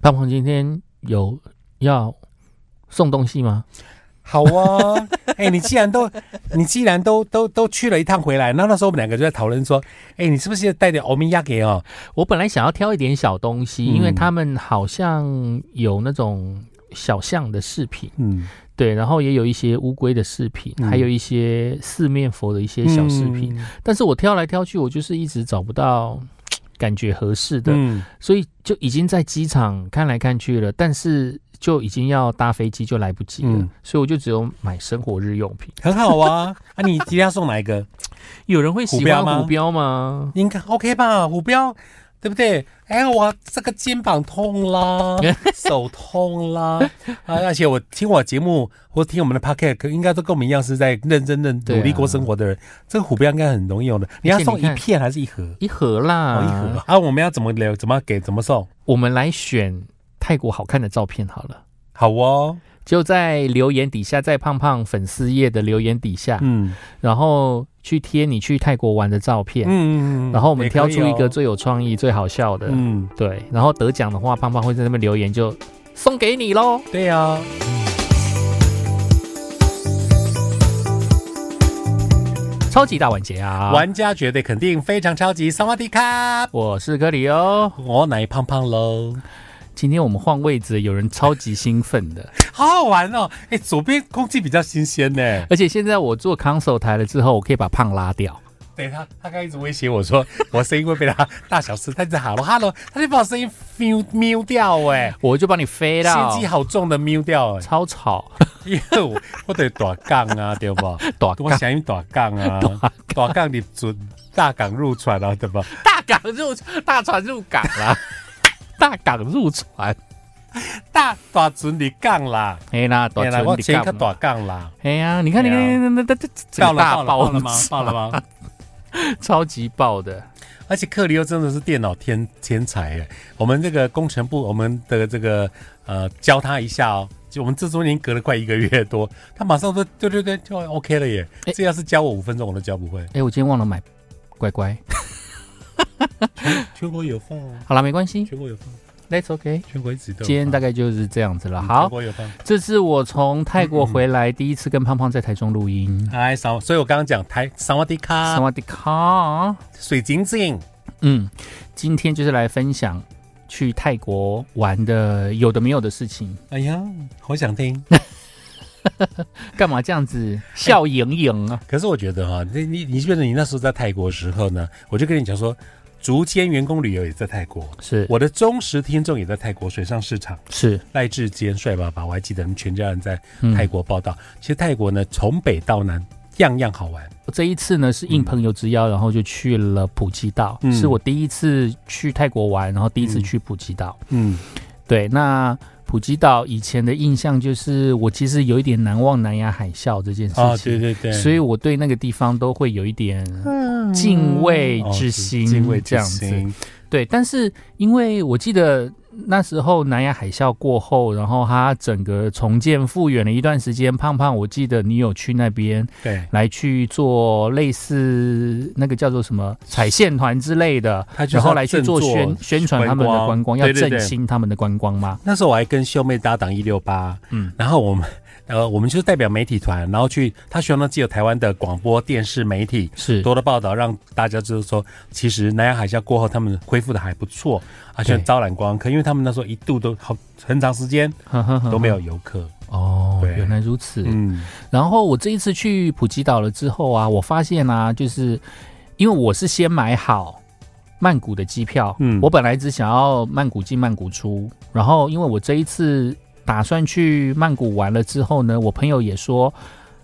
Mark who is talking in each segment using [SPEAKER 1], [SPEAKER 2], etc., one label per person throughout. [SPEAKER 1] 大鹏今天有要送东西吗？
[SPEAKER 2] 好哦， 哎、你既然都你既然都都都去了一趟回来，那那时候我们两个就在讨论说，哎、你是不是带点欧米亚给哦？
[SPEAKER 1] 我本来想要挑一点小东西，因为
[SPEAKER 2] 嗯
[SPEAKER 1] 他们好像有那种小象的饰品，
[SPEAKER 2] 嗯，
[SPEAKER 1] 对，然后也有一些乌龟的饰品，
[SPEAKER 2] 嗯
[SPEAKER 1] 还有一些四面佛的一些小饰品。
[SPEAKER 2] 嗯
[SPEAKER 1] 但是我挑来挑去，我就是一直找不到感觉合适的，
[SPEAKER 2] 嗯
[SPEAKER 1] 所以就已经在机场看来看去了，但是就已经要搭飞机就来不及了，
[SPEAKER 2] 嗯
[SPEAKER 1] 所以我就只有买生活日用品。
[SPEAKER 2] 很好啊。 啊，你今天要送哪一个？
[SPEAKER 1] 有人会喜
[SPEAKER 2] 虎标
[SPEAKER 1] 欢
[SPEAKER 2] 吗
[SPEAKER 1] 虎标吗？
[SPEAKER 2] 应该 OK 吧？虎标，对不对？哎，我这个肩膀 痛啦，手痛啦，啊！而且我听我节目或听我们的 p o c k e t 应该都跟我们一样是在认真的
[SPEAKER 1] 对啊
[SPEAKER 2] 努力过生活的人。这个虎标应该很容易用的。你要
[SPEAKER 1] 而且你
[SPEAKER 2] 送一
[SPEAKER 1] 看
[SPEAKER 2] 片还是一盒？
[SPEAKER 1] 一盒啦，
[SPEAKER 2] 哦，一盒啊！我们要怎么聊？怎么给？怎么送？
[SPEAKER 1] 我们来选泰国好看的照片好了。
[SPEAKER 2] 好哦，
[SPEAKER 1] 就在留言底下，在胖胖粉丝页的留言底下，
[SPEAKER 2] 嗯
[SPEAKER 1] 然后去贴你去泰国玩的照片，
[SPEAKER 2] 嗯
[SPEAKER 1] 然后我们挑出一个，
[SPEAKER 2] 也可以哦
[SPEAKER 1] 最有创意、最好笑的，
[SPEAKER 2] 嗯，
[SPEAKER 1] 对，然后得奖的话，胖胖会在那边留言，就送给你喽。
[SPEAKER 2] 对呀、啊。
[SPEAKER 1] 超级大碗节啊！
[SPEAKER 2] 玩家绝对肯定非常超级萨瓦迪卡，
[SPEAKER 1] 我是哥里哦。
[SPEAKER 2] 我奶胖胖喽，
[SPEAKER 1] 今天我们换位置，有人超级兴奋 的，
[SPEAKER 2] 好好玩哦！哎，左边空气比较新鲜呢。
[SPEAKER 1] 而且现在我做 console 台了之后，我可以把胖拉掉。
[SPEAKER 2] 对他，他刚刚一直威胁我说 我声音会被他大小声，他一直喊我 hello，他就把我声音 mute mute 掉哎、
[SPEAKER 1] 我就把你飞到
[SPEAKER 2] 心机好重的 mute 掉哎、
[SPEAKER 1] 超吵，
[SPEAKER 2] 因为我我得大杠啊，对吧？
[SPEAKER 1] 短
[SPEAKER 2] 我想用大杠啊，大杠你准大港入船啊，对吧？
[SPEAKER 1] 大港入大船入港啦，大港入船。
[SPEAKER 2] 大大船你杠啦，
[SPEAKER 1] 哎啦，
[SPEAKER 2] 对
[SPEAKER 1] 短
[SPEAKER 2] 啦，
[SPEAKER 1] 船
[SPEAKER 2] 我
[SPEAKER 1] 你
[SPEAKER 2] 前
[SPEAKER 1] 干
[SPEAKER 2] 个
[SPEAKER 1] 嘛
[SPEAKER 2] 大？杠啦，
[SPEAKER 1] 哎呀，你看你
[SPEAKER 2] 哎呀
[SPEAKER 1] 看，那那这
[SPEAKER 2] 到
[SPEAKER 1] 这
[SPEAKER 2] 了到
[SPEAKER 1] 大
[SPEAKER 2] 了到
[SPEAKER 1] 爆
[SPEAKER 2] 了吗？到了吗？
[SPEAKER 1] 超级爆的，
[SPEAKER 2] 而且克里又真的是电脑天天才耶！我们这个工程部，我们的这个呃，教他一下哦。就我们这中间隔了快一个月多，他马上说对对对，就 OK 了耶。
[SPEAKER 1] 哎
[SPEAKER 2] 这要是教我五分钟，我都教不会。
[SPEAKER 1] 哎，我今天忘了买乖乖。
[SPEAKER 2] 全国有放哦，
[SPEAKER 1] 好啦，没关系
[SPEAKER 2] 全国有放，
[SPEAKER 1] ，That's OK。
[SPEAKER 2] 全国一直都有放。
[SPEAKER 1] 今天大概就是这样子了。
[SPEAKER 2] 嗯
[SPEAKER 1] 好
[SPEAKER 2] 全，国有放。
[SPEAKER 1] 这是我从泰国回来第一次跟胖胖在台中录音。
[SPEAKER 2] 哎，桑，所以我刚刚讲台桑瓦迪
[SPEAKER 1] 萨
[SPEAKER 2] 卡
[SPEAKER 1] 瓦迪卡，
[SPEAKER 2] 水晶晶，
[SPEAKER 1] 嗯，今天就是来分享去泰国玩的有的没有的事情。
[SPEAKER 2] 哎呀，好 想听。
[SPEAKER 1] 干嘛这样子笑盈盈啊？
[SPEAKER 2] 可是我觉得哈、你你你觉得你那时候在泰国的时候呢，我就跟你讲说，竹间员工旅游也在泰国，
[SPEAKER 1] 是
[SPEAKER 2] 我的忠实听众也在泰国水上市场，
[SPEAKER 1] 是，
[SPEAKER 2] 赖志坚帅爸爸，我还记得你们全家人在
[SPEAKER 1] 嗯
[SPEAKER 2] 泰国报道。其实泰国呢，从北到南样样好玩。
[SPEAKER 1] 我这一次呢是应朋友之邀，然后就去了普吉岛，
[SPEAKER 2] 嗯
[SPEAKER 1] 是我第一次去泰国玩，然后第一次
[SPEAKER 2] 嗯
[SPEAKER 1] 去普吉岛。
[SPEAKER 2] 嗯
[SPEAKER 1] 对，那普吉岛以前的印象就是，我其实有一点难忘南亚海啸这件事情，
[SPEAKER 2] 啊，对对对，
[SPEAKER 1] 所以我对那个地方都会有一点敬畏
[SPEAKER 2] 哦
[SPEAKER 1] 之
[SPEAKER 2] 是
[SPEAKER 1] 心，
[SPEAKER 2] 敬畏
[SPEAKER 1] 这
[SPEAKER 2] 之
[SPEAKER 1] 样子。
[SPEAKER 2] 心，
[SPEAKER 1] 对，但是因为我记得那时候南亚海啸过后，然后它整个重建复原了一段时间。胖胖，我记得你有去那边
[SPEAKER 2] 对，
[SPEAKER 1] 来去做类似那个叫做什么彩线团之类的，
[SPEAKER 2] 他就是
[SPEAKER 1] 然后
[SPEAKER 2] 要
[SPEAKER 1] 来去做
[SPEAKER 2] 振作
[SPEAKER 1] 宣宣传他们的观光，要
[SPEAKER 2] 对对对
[SPEAKER 1] 振兴他们的观光嘛。
[SPEAKER 2] 那时候我还跟秀妹搭档一六八，
[SPEAKER 1] 嗯
[SPEAKER 2] 嗯，然后我们 呃，我们就是代表媒体团，然后去他希望呢，既有台湾的广播电视媒体
[SPEAKER 1] 是，
[SPEAKER 2] 多的报道，让大家就是说，其实南洋海啸过后，他们恢复的还不错，而且
[SPEAKER 1] 对
[SPEAKER 2] 招揽观光客，因为他们那时候一度都好很长时间都没有游客。
[SPEAKER 1] 哦，
[SPEAKER 2] 对
[SPEAKER 1] 原来如此。
[SPEAKER 2] 嗯，
[SPEAKER 1] 然后我这一次去普吉岛了之后啊，我发现啊，就是因为我是先买好曼谷的机票，
[SPEAKER 2] 嗯
[SPEAKER 1] 我本来只想要曼谷进曼谷出，然后因为我这一次打算去曼谷玩了之后呢，我朋友也说。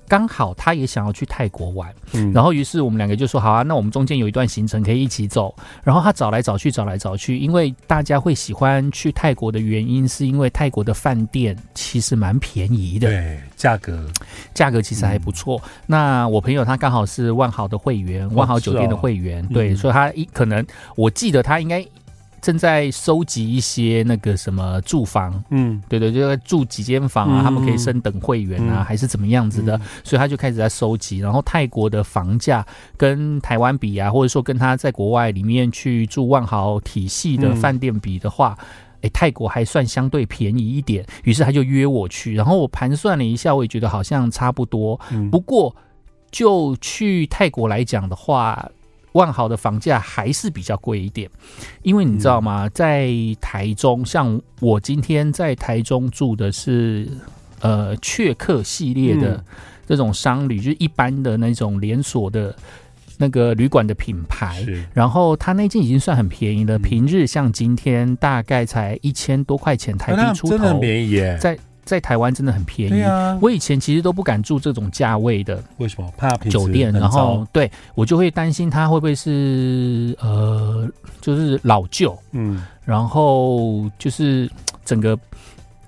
[SPEAKER 1] 刚好他也想要去泰国玩，
[SPEAKER 2] 嗯
[SPEAKER 1] 然后于是我们两个就说好啊，那我们中间有一段行程可以一起走。然后他找来找去，找来找去，因为大家会喜欢去泰国的原因，是因为泰国的饭店其实蛮便宜的。
[SPEAKER 2] 对价格，
[SPEAKER 1] 价格其实还不错。那我朋友他刚好是万豪的会员，万豪酒店的会员，
[SPEAKER 2] 哦
[SPEAKER 1] 对，
[SPEAKER 2] 嗯
[SPEAKER 1] 所以他一可能我记得他应该正在收集一些那个什么住房。
[SPEAKER 2] 嗯，
[SPEAKER 1] 对对，就在住几间房啊，
[SPEAKER 2] 嗯
[SPEAKER 1] 他们可以升等会员啊，
[SPEAKER 2] 嗯
[SPEAKER 1] 还是怎么样子的，所以他就开始在收集。然后泰国的房价跟台湾比啊，或者说跟他在国外里面去住万豪体系的
[SPEAKER 2] 嗯
[SPEAKER 1] 饭店比的话，哎、诶，泰国还算相对便宜一点，于是他就约我去，然后我盘算了一下，我也觉得好像差不多。
[SPEAKER 2] 嗯
[SPEAKER 1] 不过就去泰国来讲的话，万豪的房价还是比较贵一点，因为你知道
[SPEAKER 2] 嗯
[SPEAKER 1] 吗，在台中，像我今天在台中住的是呃雀客系列的
[SPEAKER 2] 嗯
[SPEAKER 1] 这种商旅，就是一般的那种连锁的那个旅馆的品牌。
[SPEAKER 2] 是
[SPEAKER 1] 然后它那间已经算很便宜了，
[SPEAKER 2] 嗯
[SPEAKER 1] 平日像今天大概才一千多块钱台
[SPEAKER 2] 哦啊那
[SPEAKER 1] 币出
[SPEAKER 2] 真的很
[SPEAKER 1] 头，
[SPEAKER 2] 便宜耶，
[SPEAKER 1] 在在台湾真的很便宜
[SPEAKER 2] 对。啊，
[SPEAKER 1] 我以前其实都不敢住这种价位的
[SPEAKER 2] 为什么怕品质
[SPEAKER 1] 酒店，
[SPEAKER 2] 很
[SPEAKER 1] 然
[SPEAKER 2] 糟
[SPEAKER 1] 后对我就会担心它会不会是呃，就是老旧，
[SPEAKER 2] 嗯
[SPEAKER 1] 然后就是嘖整个、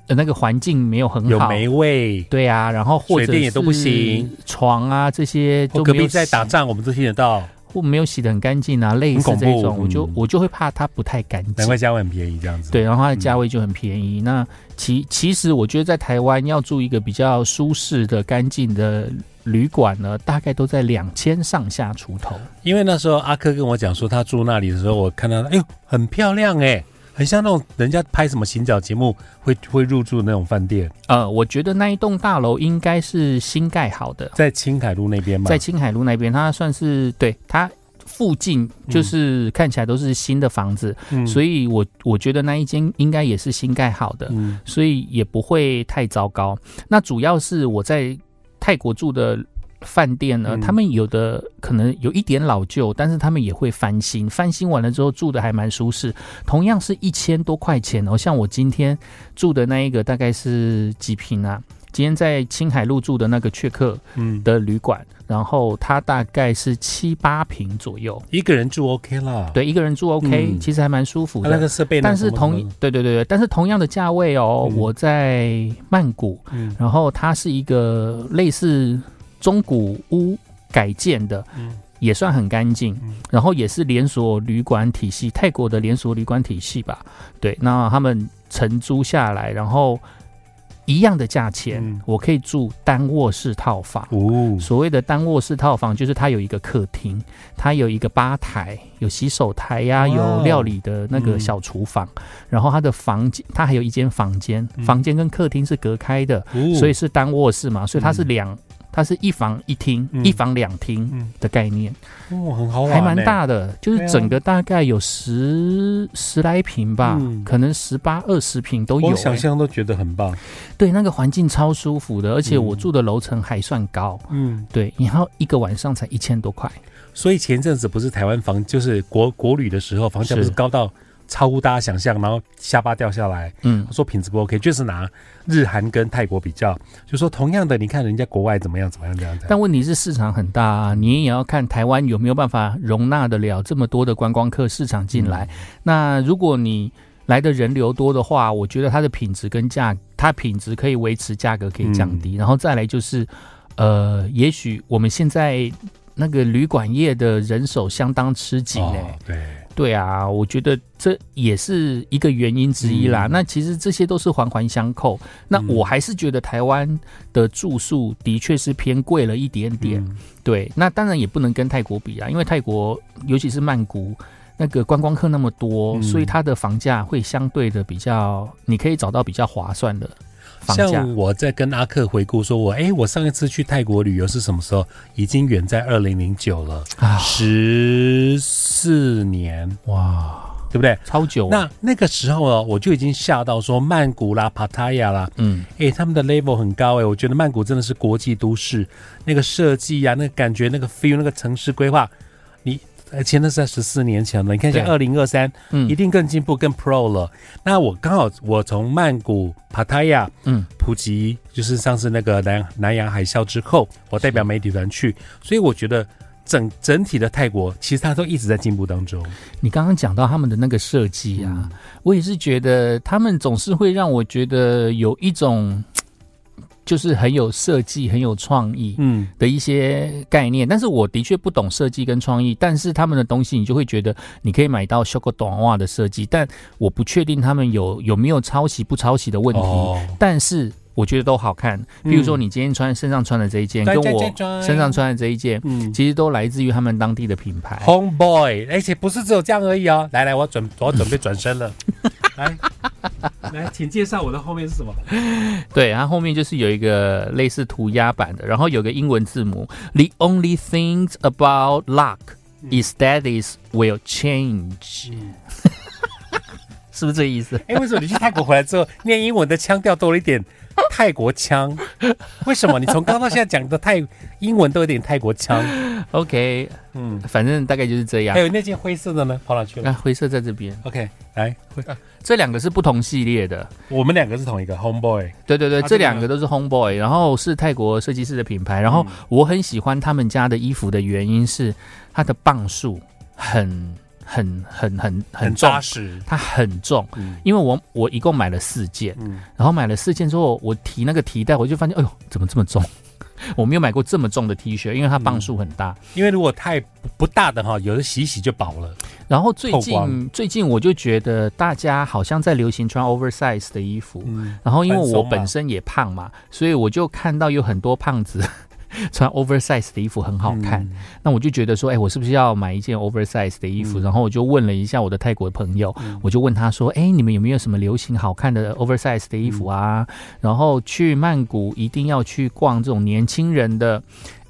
[SPEAKER 1] 呃、那个环境没有很
[SPEAKER 2] 有
[SPEAKER 1] 好，
[SPEAKER 2] 霉味，
[SPEAKER 1] 对啊，然后或
[SPEAKER 2] 水
[SPEAKER 1] 者
[SPEAKER 2] 电也都不行，
[SPEAKER 1] 床啊这些
[SPEAKER 2] 我
[SPEAKER 1] 都
[SPEAKER 2] 隔
[SPEAKER 1] 没有
[SPEAKER 2] 壁在
[SPEAKER 1] 洗
[SPEAKER 2] 打仗，我们都听得到，
[SPEAKER 1] 或没有洗的很干净啊，类似
[SPEAKER 2] 很恐
[SPEAKER 1] 这
[SPEAKER 2] 怖
[SPEAKER 1] 种，我就
[SPEAKER 2] 嗯
[SPEAKER 1] 我就会怕它不太干净
[SPEAKER 2] 难。怪价位很便宜这样子。
[SPEAKER 1] 对，然后它的价位就很便宜。那其其实我觉得在台湾要住一个比较舒适的、干净的旅馆呢，大概都在两千上下出头。
[SPEAKER 2] 因为那时候阿珂跟我讲说，他住那里的时候，我看到，哎呦，很漂亮哎、很像那种人家拍什么行脚节目会会入住的那种饭店，
[SPEAKER 1] 呃，我觉得那一栋大楼应该是新盖好的，
[SPEAKER 2] 在青海路那边嘛。
[SPEAKER 1] 在青海路那边，它算是对它。附近就是看起来都是新的房子，
[SPEAKER 2] 嗯
[SPEAKER 1] 所以我我觉得那一间应该也是新盖好的。
[SPEAKER 2] 嗯
[SPEAKER 1] 所以也不会太糟糕。那主要是我在泰国住的饭店呢，
[SPEAKER 2] 嗯
[SPEAKER 1] 他们有的可能有一点老旧，但是他们也会翻新，翻新完了之后住的还蛮舒适。同样是一千多块钱哦，像我今天住的那一个大概是几平啊？今天在青海路住的那个雀客
[SPEAKER 2] 嗯，
[SPEAKER 1] 的旅馆，然后它大概是七八平左右，
[SPEAKER 2] 一个人住 OK 啦。，
[SPEAKER 1] 对，一个人住 OK，、
[SPEAKER 2] 嗯
[SPEAKER 1] 其实还蛮舒服
[SPEAKER 2] 他
[SPEAKER 1] 的。
[SPEAKER 2] 那个设备呢，
[SPEAKER 1] 但是
[SPEAKER 2] 什么
[SPEAKER 1] 同对对对对，但是同样的价位哦，
[SPEAKER 2] 嗯
[SPEAKER 1] 我在曼谷，
[SPEAKER 2] 嗯
[SPEAKER 1] 然后它是一个类似中古屋改建的，
[SPEAKER 2] 嗯
[SPEAKER 1] 也算很干净
[SPEAKER 2] 嗯，
[SPEAKER 1] 然后也是连锁旅馆体系，泰国的连锁旅馆体系吧。对，那他们承租下来，然后一样的价钱，
[SPEAKER 2] 嗯
[SPEAKER 1] 我可以住单卧室套房。
[SPEAKER 2] 哦，
[SPEAKER 1] 所谓的单卧室套房，就是它有一个客厅，它有一个吧台，有洗手台呀、
[SPEAKER 2] 哇哦
[SPEAKER 1] 有料理的那个小厨房，然后它的房间，它还有一间房间，
[SPEAKER 2] 嗯
[SPEAKER 1] 房间跟客厅是隔开的，
[SPEAKER 2] 哦
[SPEAKER 1] 所以是单卧室嘛，所以它是两，它是一房一厅，
[SPEAKER 2] 嗯
[SPEAKER 1] 一房两厅
[SPEAKER 2] 嗯
[SPEAKER 1] 的概念，
[SPEAKER 2] 哦很好玩、
[SPEAKER 1] 还蛮，大的，就是
[SPEAKER 2] 对啊
[SPEAKER 1] 整个大概有十十来平吧，
[SPEAKER 2] 嗯
[SPEAKER 1] 可能十八二十平都有、
[SPEAKER 2] 我
[SPEAKER 1] 欸
[SPEAKER 2] 想象都觉得很棒。
[SPEAKER 1] 对，那个环境超舒服的，而且我
[SPEAKER 2] 嗯
[SPEAKER 1] 住的楼层还算高。
[SPEAKER 2] 嗯，
[SPEAKER 1] 对，然后一个晚上才一千多块，
[SPEAKER 2] 所以前阵子不是台湾房，就是国国旅的时候，房价不是
[SPEAKER 1] 是
[SPEAKER 2] 高到超乎大家想象，然后下巴掉下来。
[SPEAKER 1] 嗯
[SPEAKER 2] 他，说品质不 OK，就是拿日韩跟泰国比较，就说同样的，你看人家国外怎么样怎么样这样子。
[SPEAKER 1] 但问题是市场很大啊，你也要看台湾有没有办法容纳得了这么多的观光客市场进
[SPEAKER 2] 嗯
[SPEAKER 1] 来。那如果你来的人流多的话，我觉得它的品质跟价，它品质可以维持，价格可以降低。然后再来就是，呃，也许我们现在那个旅馆业的人手相当吃紧哎、
[SPEAKER 2] 哦，对，
[SPEAKER 1] 对啊，我觉得这也是一个原因之一啦。
[SPEAKER 2] 嗯
[SPEAKER 1] 那其实这些都是环环相扣。那
[SPEAKER 2] 嗯
[SPEAKER 1] 我还是觉得台湾的住宿的确是偏贵了一点点。
[SPEAKER 2] 嗯
[SPEAKER 1] 对，那当然也不能跟泰国比啊，因为泰国尤其是曼谷。那个观光客那么多，
[SPEAKER 2] 嗯
[SPEAKER 1] 所以它的房价会相对的比较，你可以找到比较划算的房价。
[SPEAKER 2] 像我在跟阿克回顾说，我哎，我上一次去泰国旅游是什么时候？已经远在二零零九了，
[SPEAKER 1] 啊，
[SPEAKER 2] 十四年，
[SPEAKER 1] 哇，
[SPEAKER 2] 对不对？
[SPEAKER 1] 超久。
[SPEAKER 2] 那那个时候呢，我就已经吓到说曼谷啦、帕塔亚啦，
[SPEAKER 1] 嗯，
[SPEAKER 2] 哎、他们的 level 很高哎、我觉得曼谷真的是国际都市，那个设计呀、那个感觉、那个 feel、那个城市规划，你呃而且那是在十四年前了，你看现在二零二三
[SPEAKER 1] 嗯
[SPEAKER 2] 一定更进步、更 pro 了。那我刚好我从曼谷、帕塔亚、
[SPEAKER 1] 嗯
[SPEAKER 2] 普吉，就是上次那个南南洋海啸之后，我代表媒体团去，所以我觉得整整体的泰国其实它都一直在进步当中。
[SPEAKER 1] 你刚刚讲到他们的那个设计
[SPEAKER 2] 嗯
[SPEAKER 1] 啊，我也是觉得他们总是会让我觉得有一种，就是很有设计、很有创意
[SPEAKER 2] 嗯，
[SPEAKER 1] 的一些概念。但是我的确不懂设计跟创意，但是他们的东西你就会觉得你可以买到修个短袜的设计，但我不确定他们有有没有抄袭不抄袭的问题。
[SPEAKER 2] 哦，嗯
[SPEAKER 1] 但是我觉得都好看，比如说你今天穿身上穿的这一件，跟
[SPEAKER 2] 对
[SPEAKER 1] 我身上，穿的这一件，
[SPEAKER 2] 嗯
[SPEAKER 1] 其实都来自于他们当地的品牌。
[SPEAKER 2] 哎 Homeboy，而且不是只有这样而已哦。来来，我准我准备转身了。来来，请介绍我的后面是什么？
[SPEAKER 1] 对，它后面就是有一个类似涂鸦版的，然后有个英文字母。The only things about luck
[SPEAKER 2] 嗯
[SPEAKER 1] is that it will change，是不是这个意思？
[SPEAKER 2] 哎、为什么你去泰国回来之后，念英文的腔调多了一点泰国腔？为什么你从刚到现在讲的泰英文都有点泰国腔？
[SPEAKER 1] OK，
[SPEAKER 2] 嗯，
[SPEAKER 1] 反正大概就是这样
[SPEAKER 2] 还。有那件灰色的呢，跑哪去
[SPEAKER 1] 那、
[SPEAKER 2] 了
[SPEAKER 1] 灰色在这边，
[SPEAKER 2] ？OK，来，灰
[SPEAKER 1] 这两个是不同系列的。
[SPEAKER 2] 我们两个是同一个 Homeboy，
[SPEAKER 1] 对对对，
[SPEAKER 2] 啊
[SPEAKER 1] 这
[SPEAKER 2] 这个
[SPEAKER 1] 两个都是 Homeboy，然后是泰国设计师的品牌。然后
[SPEAKER 2] 嗯
[SPEAKER 1] 我很喜欢他们家的衣服的原因是它的磅数很很很很很重，
[SPEAKER 2] 扎实。
[SPEAKER 1] 它很重。
[SPEAKER 2] 嗯
[SPEAKER 1] 因为我我一共买了四件，
[SPEAKER 2] 嗯，
[SPEAKER 1] 然后买了四件之后，我提那个提袋，我就发现，哎呦，怎么这么重？ 我没有买过这么重的 T 恤，因为它磅数很大。
[SPEAKER 2] 因为如果太不不大的哈，有的洗一洗就薄了。
[SPEAKER 1] 然后最
[SPEAKER 2] 透
[SPEAKER 1] 近
[SPEAKER 2] 光
[SPEAKER 1] 最近我就觉得大家好像在流行穿 oversize 的衣服，
[SPEAKER 2] 嗯，
[SPEAKER 1] 然后因为
[SPEAKER 2] 宽
[SPEAKER 1] 我
[SPEAKER 2] 松嘛
[SPEAKER 1] 本身也胖嘛，所以我就看到有很多胖子 穿 oversize 的衣服很好看，那我就觉得说，哎，我是不是要买一件 oversize 的衣服？
[SPEAKER 2] 嗯
[SPEAKER 1] 然后我就问了一下我的泰国朋友，
[SPEAKER 2] 嗯
[SPEAKER 1] 我就问他说，哎，你们有没有什么流行好看的 oversize 的衣服啊？
[SPEAKER 2] 嗯
[SPEAKER 1] 然后去曼谷一定要去逛这种年轻人的，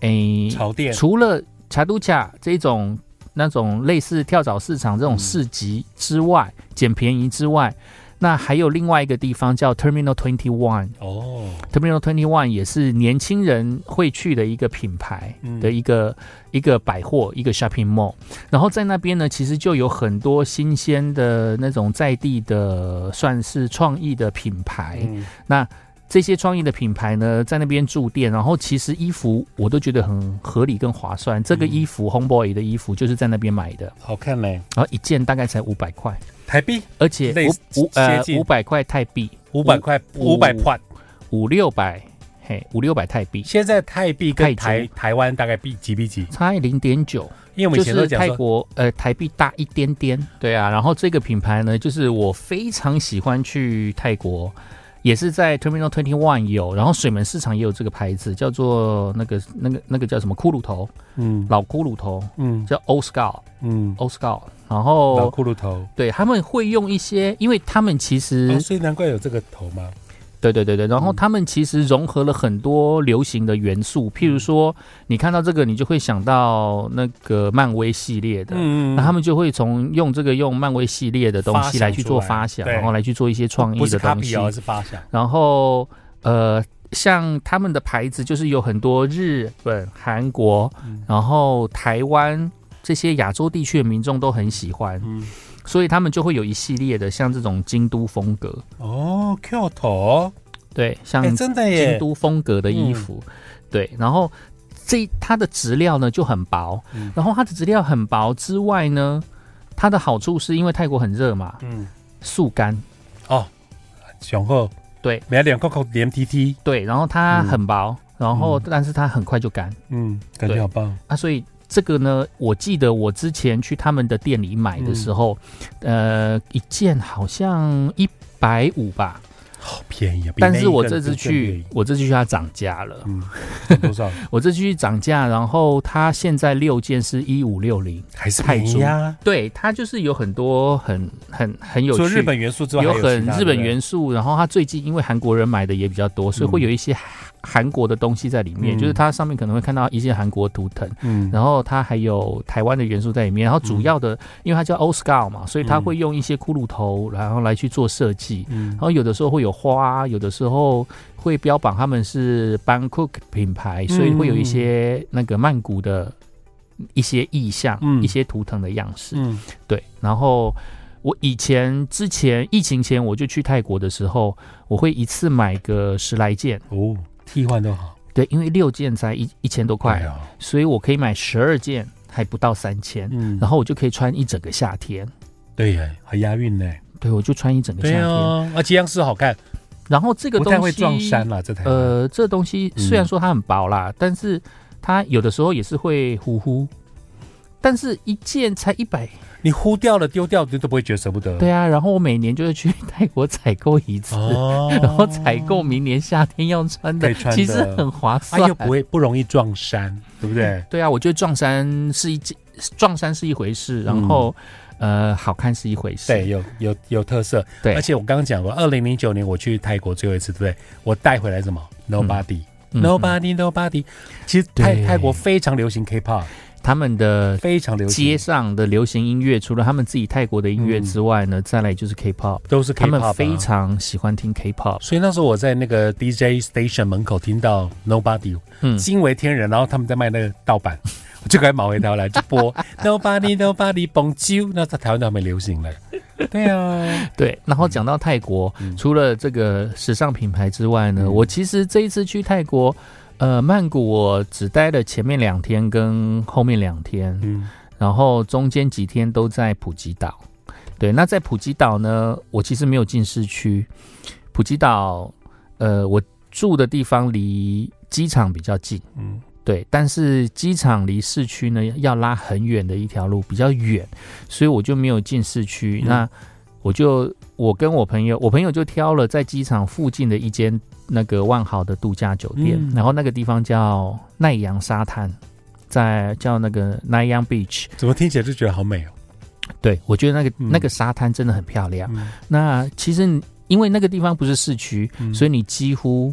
[SPEAKER 1] 哎，
[SPEAKER 2] 潮店。
[SPEAKER 1] 除了查都卡这种那种类似跳蚤市场这种
[SPEAKER 2] 嗯
[SPEAKER 1] 市集之外，捡便宜之外，那还有另外一个地方叫 Terminal Twenty One。
[SPEAKER 2] 哦，
[SPEAKER 1] Terminal Twenty One 也是年轻人会去的一个品牌
[SPEAKER 2] 嗯
[SPEAKER 1] 的一个、一个百货一个 shopping mall，然后在那边呢，其实就有很多新鲜的那种在地的算是创意的品牌，
[SPEAKER 2] 嗯
[SPEAKER 1] 这些创意的品牌呢，在那边驻店，然后其实衣服我都觉得很合理跟划算。这个
[SPEAKER 2] 嗯
[SPEAKER 1] 衣服、Homeboy 的衣服就是在那边买的，
[SPEAKER 2] 好看嘞，
[SPEAKER 1] 然后一件大概才五百块，
[SPEAKER 2] 台币
[SPEAKER 1] 而且
[SPEAKER 2] 类似
[SPEAKER 1] 五五呃
[SPEAKER 2] 接近
[SPEAKER 1] 五百块泰币，
[SPEAKER 2] 五百块，
[SPEAKER 1] 五
[SPEAKER 2] 五百 p
[SPEAKER 1] 五六百嘿五六百泰币，
[SPEAKER 2] 现在泰币
[SPEAKER 1] 泰铢
[SPEAKER 2] 跟台台湾大概比几比几？
[SPEAKER 1] 差零点九，
[SPEAKER 2] 因为我们
[SPEAKER 1] 就
[SPEAKER 2] 以前都
[SPEAKER 1] 是
[SPEAKER 2] 讲
[SPEAKER 1] 泰
[SPEAKER 2] 说，
[SPEAKER 1] 国呃台币大一点点。对啊，然后这个品牌呢，就是我非常喜欢去泰国。也是在 Terminal Twenty One 有，然后水门市场也有这个牌子，叫做那个那个那个叫什么骷髅头，
[SPEAKER 2] 嗯
[SPEAKER 1] 老骷髅头
[SPEAKER 2] 嗯
[SPEAKER 1] 叫 o s c a r
[SPEAKER 2] 嗯，哦
[SPEAKER 1] o s c a r 然
[SPEAKER 2] 老
[SPEAKER 1] 后
[SPEAKER 2] 骷髅头。
[SPEAKER 1] 对他们会用一些，因为他们其实、
[SPEAKER 2] 哦，所以难怪有这个头嘛。
[SPEAKER 1] 对对对对，
[SPEAKER 2] 嗯
[SPEAKER 1] 然后他们其实融合了很多流行的元素，譬如说你看到这个，你就会想到那个漫威系列的。
[SPEAKER 2] 嗯
[SPEAKER 1] 那他们就会从用这个用漫威系列的东
[SPEAKER 2] 发
[SPEAKER 1] 西
[SPEAKER 2] 想
[SPEAKER 1] 来去做
[SPEAKER 2] 出来
[SPEAKER 1] 发想，
[SPEAKER 2] 对
[SPEAKER 1] 然后来去做一些创意
[SPEAKER 2] 不
[SPEAKER 1] 的
[SPEAKER 2] 是
[SPEAKER 1] 东西
[SPEAKER 2] copy 哦，是发想。
[SPEAKER 1] 然后呃，像他们的牌子就是有很多日本、韩国，
[SPEAKER 2] 嗯
[SPEAKER 1] 然后台湾这些亚洲地区的民众都很喜欢，
[SPEAKER 2] 嗯，
[SPEAKER 1] 所以他们就会有一系列的像这种京都风格，
[SPEAKER 2] 哦，Q 头，
[SPEAKER 1] 对，像
[SPEAKER 2] 哎，真的
[SPEAKER 1] 京
[SPEAKER 2] 耶。
[SPEAKER 1] 都风格的
[SPEAKER 2] 嗯
[SPEAKER 1] 衣服，对，然后这它的质料呢就很薄，
[SPEAKER 2] 嗯
[SPEAKER 1] 然后它的质料很薄之外呢，它的好处是因为泰国很热嘛，
[SPEAKER 2] 嗯，
[SPEAKER 1] 速干。
[SPEAKER 2] 雄厚。
[SPEAKER 1] 对，
[SPEAKER 2] 没脸 Coco 连 TT，
[SPEAKER 1] 对，然后它
[SPEAKER 2] 嗯
[SPEAKER 1] 很薄，然后
[SPEAKER 2] 嗯
[SPEAKER 1] 但是它很快就干，
[SPEAKER 2] 嗯，感觉
[SPEAKER 1] 对
[SPEAKER 2] 好棒。
[SPEAKER 1] 啊，所以这个呢，我记得我之前去他们的店里买的
[SPEAKER 2] 嗯
[SPEAKER 1] 时候，呃，一件好像一百五吧，
[SPEAKER 2] 好便宜啊！比
[SPEAKER 1] 但
[SPEAKER 2] 那
[SPEAKER 1] 是
[SPEAKER 2] 一
[SPEAKER 1] 我
[SPEAKER 2] 个
[SPEAKER 1] 这次
[SPEAKER 2] 更
[SPEAKER 1] 去，我这次去它涨价了，
[SPEAKER 2] 更便宜，嗯，多少？
[SPEAKER 1] 我这次去涨价，然后它现在六件是一五六零，
[SPEAKER 2] 还是
[SPEAKER 1] 泰
[SPEAKER 2] 便宜啊？
[SPEAKER 1] 对，它就是有很多很很很有
[SPEAKER 2] 除了
[SPEAKER 1] 趣
[SPEAKER 2] 日。本元素之外，
[SPEAKER 1] 有
[SPEAKER 2] 还
[SPEAKER 1] 很
[SPEAKER 2] 其他
[SPEAKER 1] 日本
[SPEAKER 2] 的
[SPEAKER 1] 元素，然后它最近因为韩国人买的也比较多，所以会
[SPEAKER 2] 嗯
[SPEAKER 1] 有一些韩韩国的东西在里面，
[SPEAKER 2] 嗯
[SPEAKER 1] 就是它上面可能会看到一些韩国图腾。
[SPEAKER 2] 嗯，
[SPEAKER 1] 然后它还有台湾的元素在里面，然后主要的，因为它叫 Oscar 嘛，所以它
[SPEAKER 2] 嗯
[SPEAKER 1] 会用一些骷髅头，然后来去做设计。
[SPEAKER 2] 嗯
[SPEAKER 1] 然，后有的时候会有花，有的时候会标榜他们是 Bangkok 品牌，所以会有一些那个曼谷的一些意象、
[SPEAKER 2] 嗯
[SPEAKER 1] 一些图腾的样式。
[SPEAKER 2] 嗯
[SPEAKER 1] 对，然后我以前之前疫情前我就去泰国的时候，我会一次买个十来件，
[SPEAKER 2] 哦，替换都好
[SPEAKER 1] 对，因为六件才一一千多块，
[SPEAKER 2] 哦，
[SPEAKER 1] 所以我可以买十二件，还不到三千，
[SPEAKER 2] 嗯，
[SPEAKER 1] 然后我就可以穿一整个夏天。
[SPEAKER 2] 对耶，很押韵呢。
[SPEAKER 1] 对，我就穿一整个夏
[SPEAKER 2] 对
[SPEAKER 1] 天。
[SPEAKER 2] 啊，而且样式好看，
[SPEAKER 1] 然后这个
[SPEAKER 2] 不
[SPEAKER 1] 东西
[SPEAKER 2] 太会撞衫啦，这台。呃，
[SPEAKER 1] 呃，这个东西虽然说它很薄啦，但是它有的时候也是会呼呼。但是一件才一百，
[SPEAKER 2] 你呼掉了丢掉了，你都不会觉得舍不得。
[SPEAKER 1] 对啊。然后我每年就会去 泰国采购一次，
[SPEAKER 2] 哦，
[SPEAKER 1] 然后采购明年夏天要穿的，啊
[SPEAKER 2] 可以穿的
[SPEAKER 1] 其实很划
[SPEAKER 2] 它
[SPEAKER 1] 算。
[SPEAKER 2] 啊又不会不容易撞衫，对不对？
[SPEAKER 1] 对啊，我觉得撞衫是一件撞衫是一回事，然后、呃，好看 是一回事。
[SPEAKER 2] 对，有有有特色。
[SPEAKER 1] 对
[SPEAKER 2] 而且我刚刚讲过，二零零九年我去泰国最后一次，对不对？我带回来什么？Nobody，Nobody，Nobody、
[SPEAKER 1] 嗯
[SPEAKER 2] Nobody, Nobody 其实泰
[SPEAKER 1] 对
[SPEAKER 2] 泰国非常流行 K-pop，
[SPEAKER 1] 他们的
[SPEAKER 2] 非常流
[SPEAKER 1] 街
[SPEAKER 2] 行，
[SPEAKER 1] 上的流行音乐，除了他们自己泰国的音乐之外呢，再来就是嗯 K-pop，
[SPEAKER 2] 都是 K-pop
[SPEAKER 1] 他
[SPEAKER 2] 啊、
[SPEAKER 1] 们非常喜欢听 K-pop。
[SPEAKER 2] 所以那时候我在那个 DJ station 门口听到 Nobody，
[SPEAKER 1] 嗯，
[SPEAKER 2] 惊为天人，然后他们在卖那个盗版， 我就该买回台来就 播 Nobody Nobody Bonjour，那在台湾都还没流行了。对啊，
[SPEAKER 1] 对。然后讲到泰国，
[SPEAKER 2] 嗯
[SPEAKER 1] 除了这个时尚品牌之外呢，
[SPEAKER 2] 嗯
[SPEAKER 1] 我其实这一次去泰国，呃，曼谷我只待了前面两天跟后面两天，
[SPEAKER 2] 嗯，
[SPEAKER 1] 然后中间几天都在普吉岛。对，那在普吉岛呢，我其实没有进市区。普吉岛，呃，我住的地方离机场比较近，
[SPEAKER 2] 嗯
[SPEAKER 1] 对，但是机场离市区呢要拉很远的一条路，比较远，所以我就没有进市区。
[SPEAKER 2] 嗯
[SPEAKER 1] 那我就我跟我朋友，我朋友就挑了在机场附近的一间那个万豪的度假酒店，
[SPEAKER 2] 嗯
[SPEAKER 1] 然后那个地方叫奈阳沙滩，在叫那个奈阳 Beach。
[SPEAKER 2] 怎么听起来就觉得好美哦。
[SPEAKER 1] 对，我觉得那个、
[SPEAKER 2] 嗯
[SPEAKER 1] 那个沙滩真的很漂亮。
[SPEAKER 2] 嗯
[SPEAKER 1] 那其实因为那个地方不是市区，
[SPEAKER 2] 嗯
[SPEAKER 1] 所以你几乎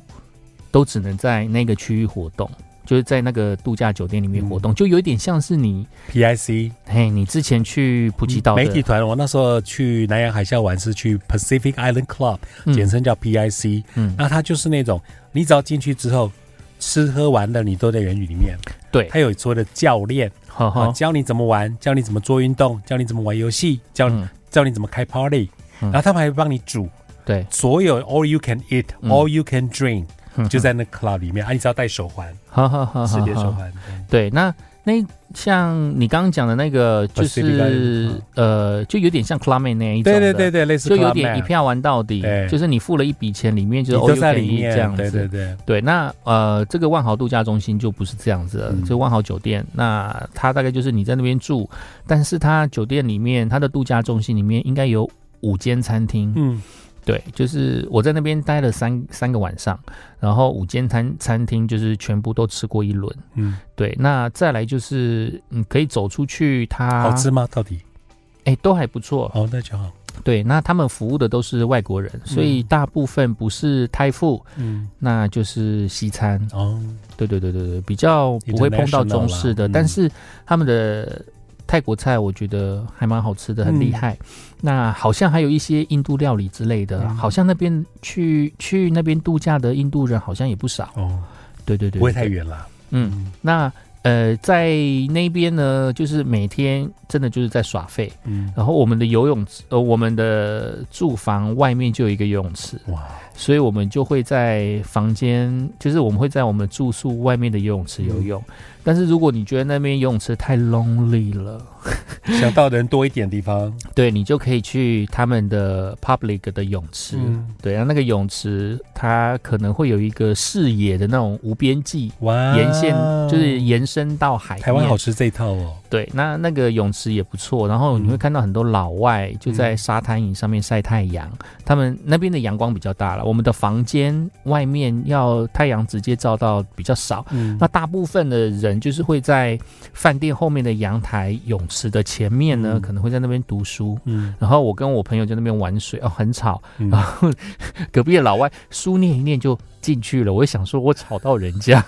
[SPEAKER 1] 都只能在那个区域活动，就是在那个度假酒店里面活
[SPEAKER 2] 嗯
[SPEAKER 1] 动，就有一点像是你，
[SPEAKER 2] PIC
[SPEAKER 1] 嘿，你之前去普吉岛的
[SPEAKER 2] 嗯媒体团，我那时候去南洋海峡玩是去 Pacific Island Club，简称叫 PIC，
[SPEAKER 1] 嗯，嗯
[SPEAKER 2] 那它就是那种你只要进去之后。吃喝玩的你都在园区里面，
[SPEAKER 1] 对，
[SPEAKER 2] 它有所谓的教练，
[SPEAKER 1] 好
[SPEAKER 2] 啊，
[SPEAKER 1] 好，嗯
[SPEAKER 2] 教你怎么玩，教你怎么做运动，教你怎么玩游戏，教你
[SPEAKER 1] 嗯
[SPEAKER 2] 教你怎么开 party，
[SPEAKER 1] 嗯
[SPEAKER 2] 然后他们还会帮你煮
[SPEAKER 1] 对，
[SPEAKER 2] 所有 all you can
[SPEAKER 1] 嗯
[SPEAKER 2] eat，all you can drink，
[SPEAKER 1] 嗯啊
[SPEAKER 2] 就在那 club 里面，啊，你只要戴手环，
[SPEAKER 1] 好好好
[SPEAKER 2] 世
[SPEAKER 1] 好
[SPEAKER 2] 界手
[SPEAKER 1] 好，
[SPEAKER 2] 环，嗯
[SPEAKER 1] 对，那那像你刚刚讲的那个，就
[SPEAKER 2] Pacific
[SPEAKER 1] 是
[SPEAKER 2] Island，
[SPEAKER 1] 呃，就有点像 Club Man 那一种
[SPEAKER 2] 对
[SPEAKER 1] 的，
[SPEAKER 2] 对对对，类似
[SPEAKER 1] 就有
[SPEAKER 2] club
[SPEAKER 1] 点
[SPEAKER 2] man，
[SPEAKER 1] 一票玩到底
[SPEAKER 2] 对，
[SPEAKER 1] 就是你付了一笔钱，里面
[SPEAKER 2] 你
[SPEAKER 1] 就是
[SPEAKER 2] 都
[SPEAKER 1] all
[SPEAKER 2] 在
[SPEAKER 1] you
[SPEAKER 2] 里
[SPEAKER 1] can eat
[SPEAKER 2] 面
[SPEAKER 1] 这样子，
[SPEAKER 2] 对对对，
[SPEAKER 1] 对，那呃，这个万豪度假中心就不是这样子了，
[SPEAKER 2] 嗯
[SPEAKER 1] 就万豪酒店，那它大概就是你在那边住，但是它酒店里面，它的度假中心里面应该有五间餐厅，
[SPEAKER 2] 嗯，
[SPEAKER 1] 对，就是我在那边待了三三个晚上，然后五间餐餐厅就是全部都吃过一轮，
[SPEAKER 2] 嗯，
[SPEAKER 1] 对，那再来就是你可以走出去它，
[SPEAKER 2] 好吃吗？到底？
[SPEAKER 1] 哎，都还不错，
[SPEAKER 2] 哦，那就好，
[SPEAKER 1] 对，那他们服务的都是外国人，所以
[SPEAKER 2] 嗯
[SPEAKER 1] 大部分不是泰富，
[SPEAKER 2] 嗯，
[SPEAKER 1] 那就是西餐。
[SPEAKER 2] 哦，
[SPEAKER 1] 对对对对对，比较不会碰到中式
[SPEAKER 2] International
[SPEAKER 1] 的，
[SPEAKER 2] 啦嗯
[SPEAKER 1] 但是他们的泰国菜我觉得还蛮好吃的，很厉害。那好像还有一些印度料理之类的，
[SPEAKER 2] 嗯
[SPEAKER 1] 好像那边去去那边度假的印度人好像也不少。
[SPEAKER 2] 哦，
[SPEAKER 1] 对对对，
[SPEAKER 2] 不会太。远啦，
[SPEAKER 1] 嗯，
[SPEAKER 2] 嗯
[SPEAKER 1] 那呃，在那边呢，就是每天真的就是在耍废。
[SPEAKER 2] 嗯，
[SPEAKER 1] 然后我们的游泳池，呃，我们的住房外面就有一个游泳池，
[SPEAKER 2] 哇，
[SPEAKER 1] 所以我们就会在房间，就是我们会在我们住宿外面的游泳池游泳。
[SPEAKER 2] 嗯
[SPEAKER 1] 但是如果你觉得那边游泳池太 lonely 了，
[SPEAKER 2] 想到人多一点 地方，
[SPEAKER 1] 对你就可以去他们的 public 的泳池。
[SPEAKER 2] 嗯，
[SPEAKER 1] 对，然后那个泳池它可能会有一个视野的那种无边际，
[SPEAKER 2] 哇，
[SPEAKER 1] 沿线就是延伸到海面。
[SPEAKER 2] 啊台湾好吃这一套哦，
[SPEAKER 1] 对，那那个泳池也不错，然后你
[SPEAKER 2] 嗯
[SPEAKER 1] 会看到很多老外就在沙滩椅上面晒太阳，他们那边的阳光比较大了，我们的房间外面要太阳直接照到比较少。
[SPEAKER 2] 嗯
[SPEAKER 1] 那大部分的人就是会在饭店后面的阳台、泳池的前面呢，
[SPEAKER 2] 嗯
[SPEAKER 1] 可能会在那边读书。
[SPEAKER 2] 嗯
[SPEAKER 1] 然后我跟我朋友在那边玩水，哦，很吵。
[SPEAKER 2] 嗯
[SPEAKER 1] 然后隔壁的老外书念一念就进去了，我就想说我吵到人家，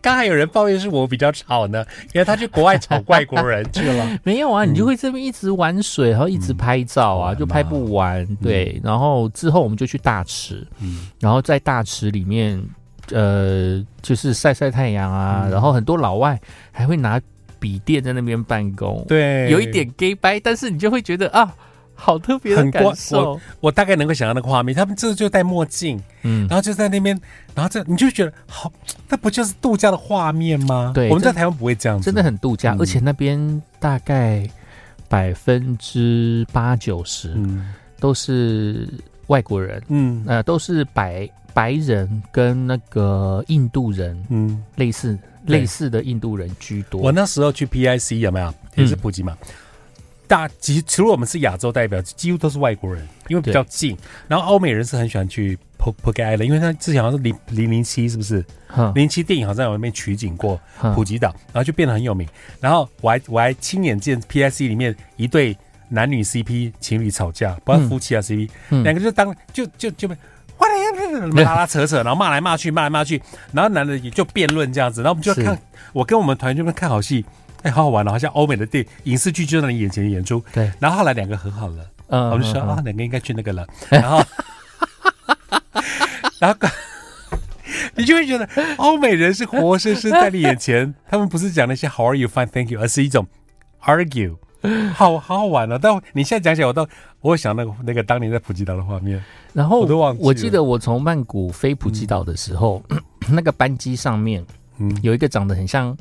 [SPEAKER 2] 刚才有人抱怨是我比较吵呢，原来他去国外吵外国人去了。
[SPEAKER 1] 没有啊，
[SPEAKER 2] 嗯
[SPEAKER 1] 你就会这边一直玩水，然后一直拍照啊，
[SPEAKER 2] 嗯
[SPEAKER 1] 就拍不完。对，然后之后我们就去大池，
[SPEAKER 2] 嗯
[SPEAKER 1] 然后在大池里面，呃，就是晒晒太阳啊，
[SPEAKER 2] 嗯
[SPEAKER 1] 然后很多老外还会拿笔电在那边办公，，
[SPEAKER 2] 对，
[SPEAKER 1] 有一点 gay 掰，但是你就会觉得啊，好特别的
[SPEAKER 2] 很
[SPEAKER 1] 感
[SPEAKER 2] 光
[SPEAKER 1] 受，
[SPEAKER 2] 我大概能够想象那个画面，他们这就戴墨镜，
[SPEAKER 1] 嗯。
[SPEAKER 2] 然后就在那边，然后这你就觉得好，那不就是度假的画面吗？
[SPEAKER 1] 对
[SPEAKER 2] 我们在
[SPEAKER 1] 真
[SPEAKER 2] 台湾不会这样子，
[SPEAKER 1] 真的很度假，
[SPEAKER 2] 嗯
[SPEAKER 1] 而且那边大概百分之八九十
[SPEAKER 2] 嗯
[SPEAKER 1] 都是外国人，
[SPEAKER 2] 嗯
[SPEAKER 1] 呃，都是白白人跟那个印度人
[SPEAKER 2] 嗯。
[SPEAKER 1] 类似
[SPEAKER 2] 对
[SPEAKER 1] 类似的印度人居多。
[SPEAKER 2] 我那时候去 PIC 有没有也是普吉嘛？大其实除了我们是亚洲代表，几乎都是外国人，因为比较近。然后欧美人是很喜欢去 P P K I 了，因为它之前好像是零零零七是不是？
[SPEAKER 1] 哼
[SPEAKER 2] 零七电影好像有被取景过
[SPEAKER 1] 哼
[SPEAKER 2] 普吉岛，然后就变得很有名。然后我还我还亲眼见 P I C 里面一对男女 C P 情侣吵架，不知道
[SPEAKER 1] 嗯
[SPEAKER 2] 夫妻啊 C P，
[SPEAKER 1] 嗯
[SPEAKER 2] 两个就当就就就被。哇拉拉扯扯，然后骂来骂去，骂来骂去，然后男的也就辩论这样子，然后我们就是看，我跟我们团员这边看好戏，哎，好好玩哦，好像欧美的电影视剧就在你眼前演出，
[SPEAKER 1] 对，
[SPEAKER 2] 然后后来两个和好了，
[SPEAKER 1] 嗯
[SPEAKER 2] 我们就说
[SPEAKER 1] 嗯
[SPEAKER 2] 啊，两个应该去那个了， 然后，然后， 你就会觉得欧美人是活生生在你眼前， 他们不是讲那些 How are you, fine, thank you，而是一种 argue，好 好好玩哦。但你现在讲起来，我倒我会想那个那个当年在普吉岛的画面，
[SPEAKER 1] 然后
[SPEAKER 2] 我都忘记了
[SPEAKER 1] 记得我从曼谷飞普吉岛的时候， 那个班机上面
[SPEAKER 2] 嗯，
[SPEAKER 1] 有一个长得很像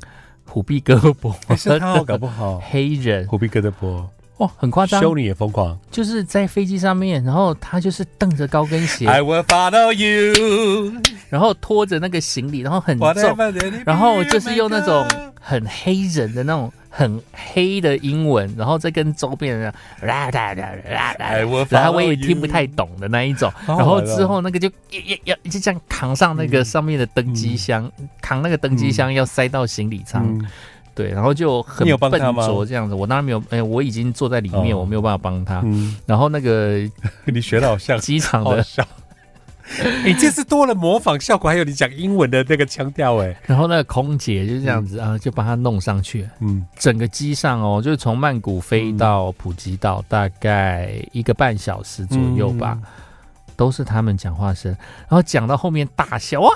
[SPEAKER 1] 虎臂胳 膊
[SPEAKER 2] 还是他哦，搞
[SPEAKER 1] 的
[SPEAKER 2] 不好
[SPEAKER 1] 黑 人，
[SPEAKER 2] 虎皮哥的波，
[SPEAKER 1] 哦，很夸张，
[SPEAKER 2] 修女也疯狂。
[SPEAKER 1] 就是在飞机上面，然后他就是蹬着高跟鞋，
[SPEAKER 2] I will follow you，
[SPEAKER 1] 然后拖着那个行李，然后很重，
[SPEAKER 2] whatever the day
[SPEAKER 1] 嗯然后就是用那种
[SPEAKER 2] you may come
[SPEAKER 1] 很黑人的那种很黑的英文，然后再跟周边 人啦啦啦啦啦
[SPEAKER 2] I。will，
[SPEAKER 1] 然后
[SPEAKER 2] follow
[SPEAKER 1] 我也听不
[SPEAKER 2] you
[SPEAKER 1] 太懂的那一种，
[SPEAKER 2] 好好玩
[SPEAKER 1] 然
[SPEAKER 2] 哦
[SPEAKER 1] 后之后那个就也也也就这样扛上那
[SPEAKER 2] 嗯
[SPEAKER 1] 个上面的登机箱，扛那个登机箱要塞到行李舱，
[SPEAKER 2] 嗯
[SPEAKER 1] 对，然后就很
[SPEAKER 2] 你有帮
[SPEAKER 1] 笨
[SPEAKER 2] 他吗
[SPEAKER 1] 拙这样子。我当然没有，哎，我已经坐在里面，
[SPEAKER 2] 哦
[SPEAKER 1] 我没有办法帮他。
[SPEAKER 2] 嗯，
[SPEAKER 1] 然后那个
[SPEAKER 2] 你学的好像，
[SPEAKER 1] 机场
[SPEAKER 2] 好
[SPEAKER 1] 的，
[SPEAKER 2] 笑。 你这次多了模仿效果，还有你讲英文的那个腔调，哎，
[SPEAKER 1] 然后那个空姐就这样子啊，就把他弄上去。
[SPEAKER 2] 嗯，
[SPEAKER 1] 整个机上哦，就是从曼谷飞
[SPEAKER 2] 嗯
[SPEAKER 1] 到普吉岛，大概一个半小时左右吧，
[SPEAKER 2] 嗯
[SPEAKER 1] 都是他们讲话声，然后讲到后面大笑，哇，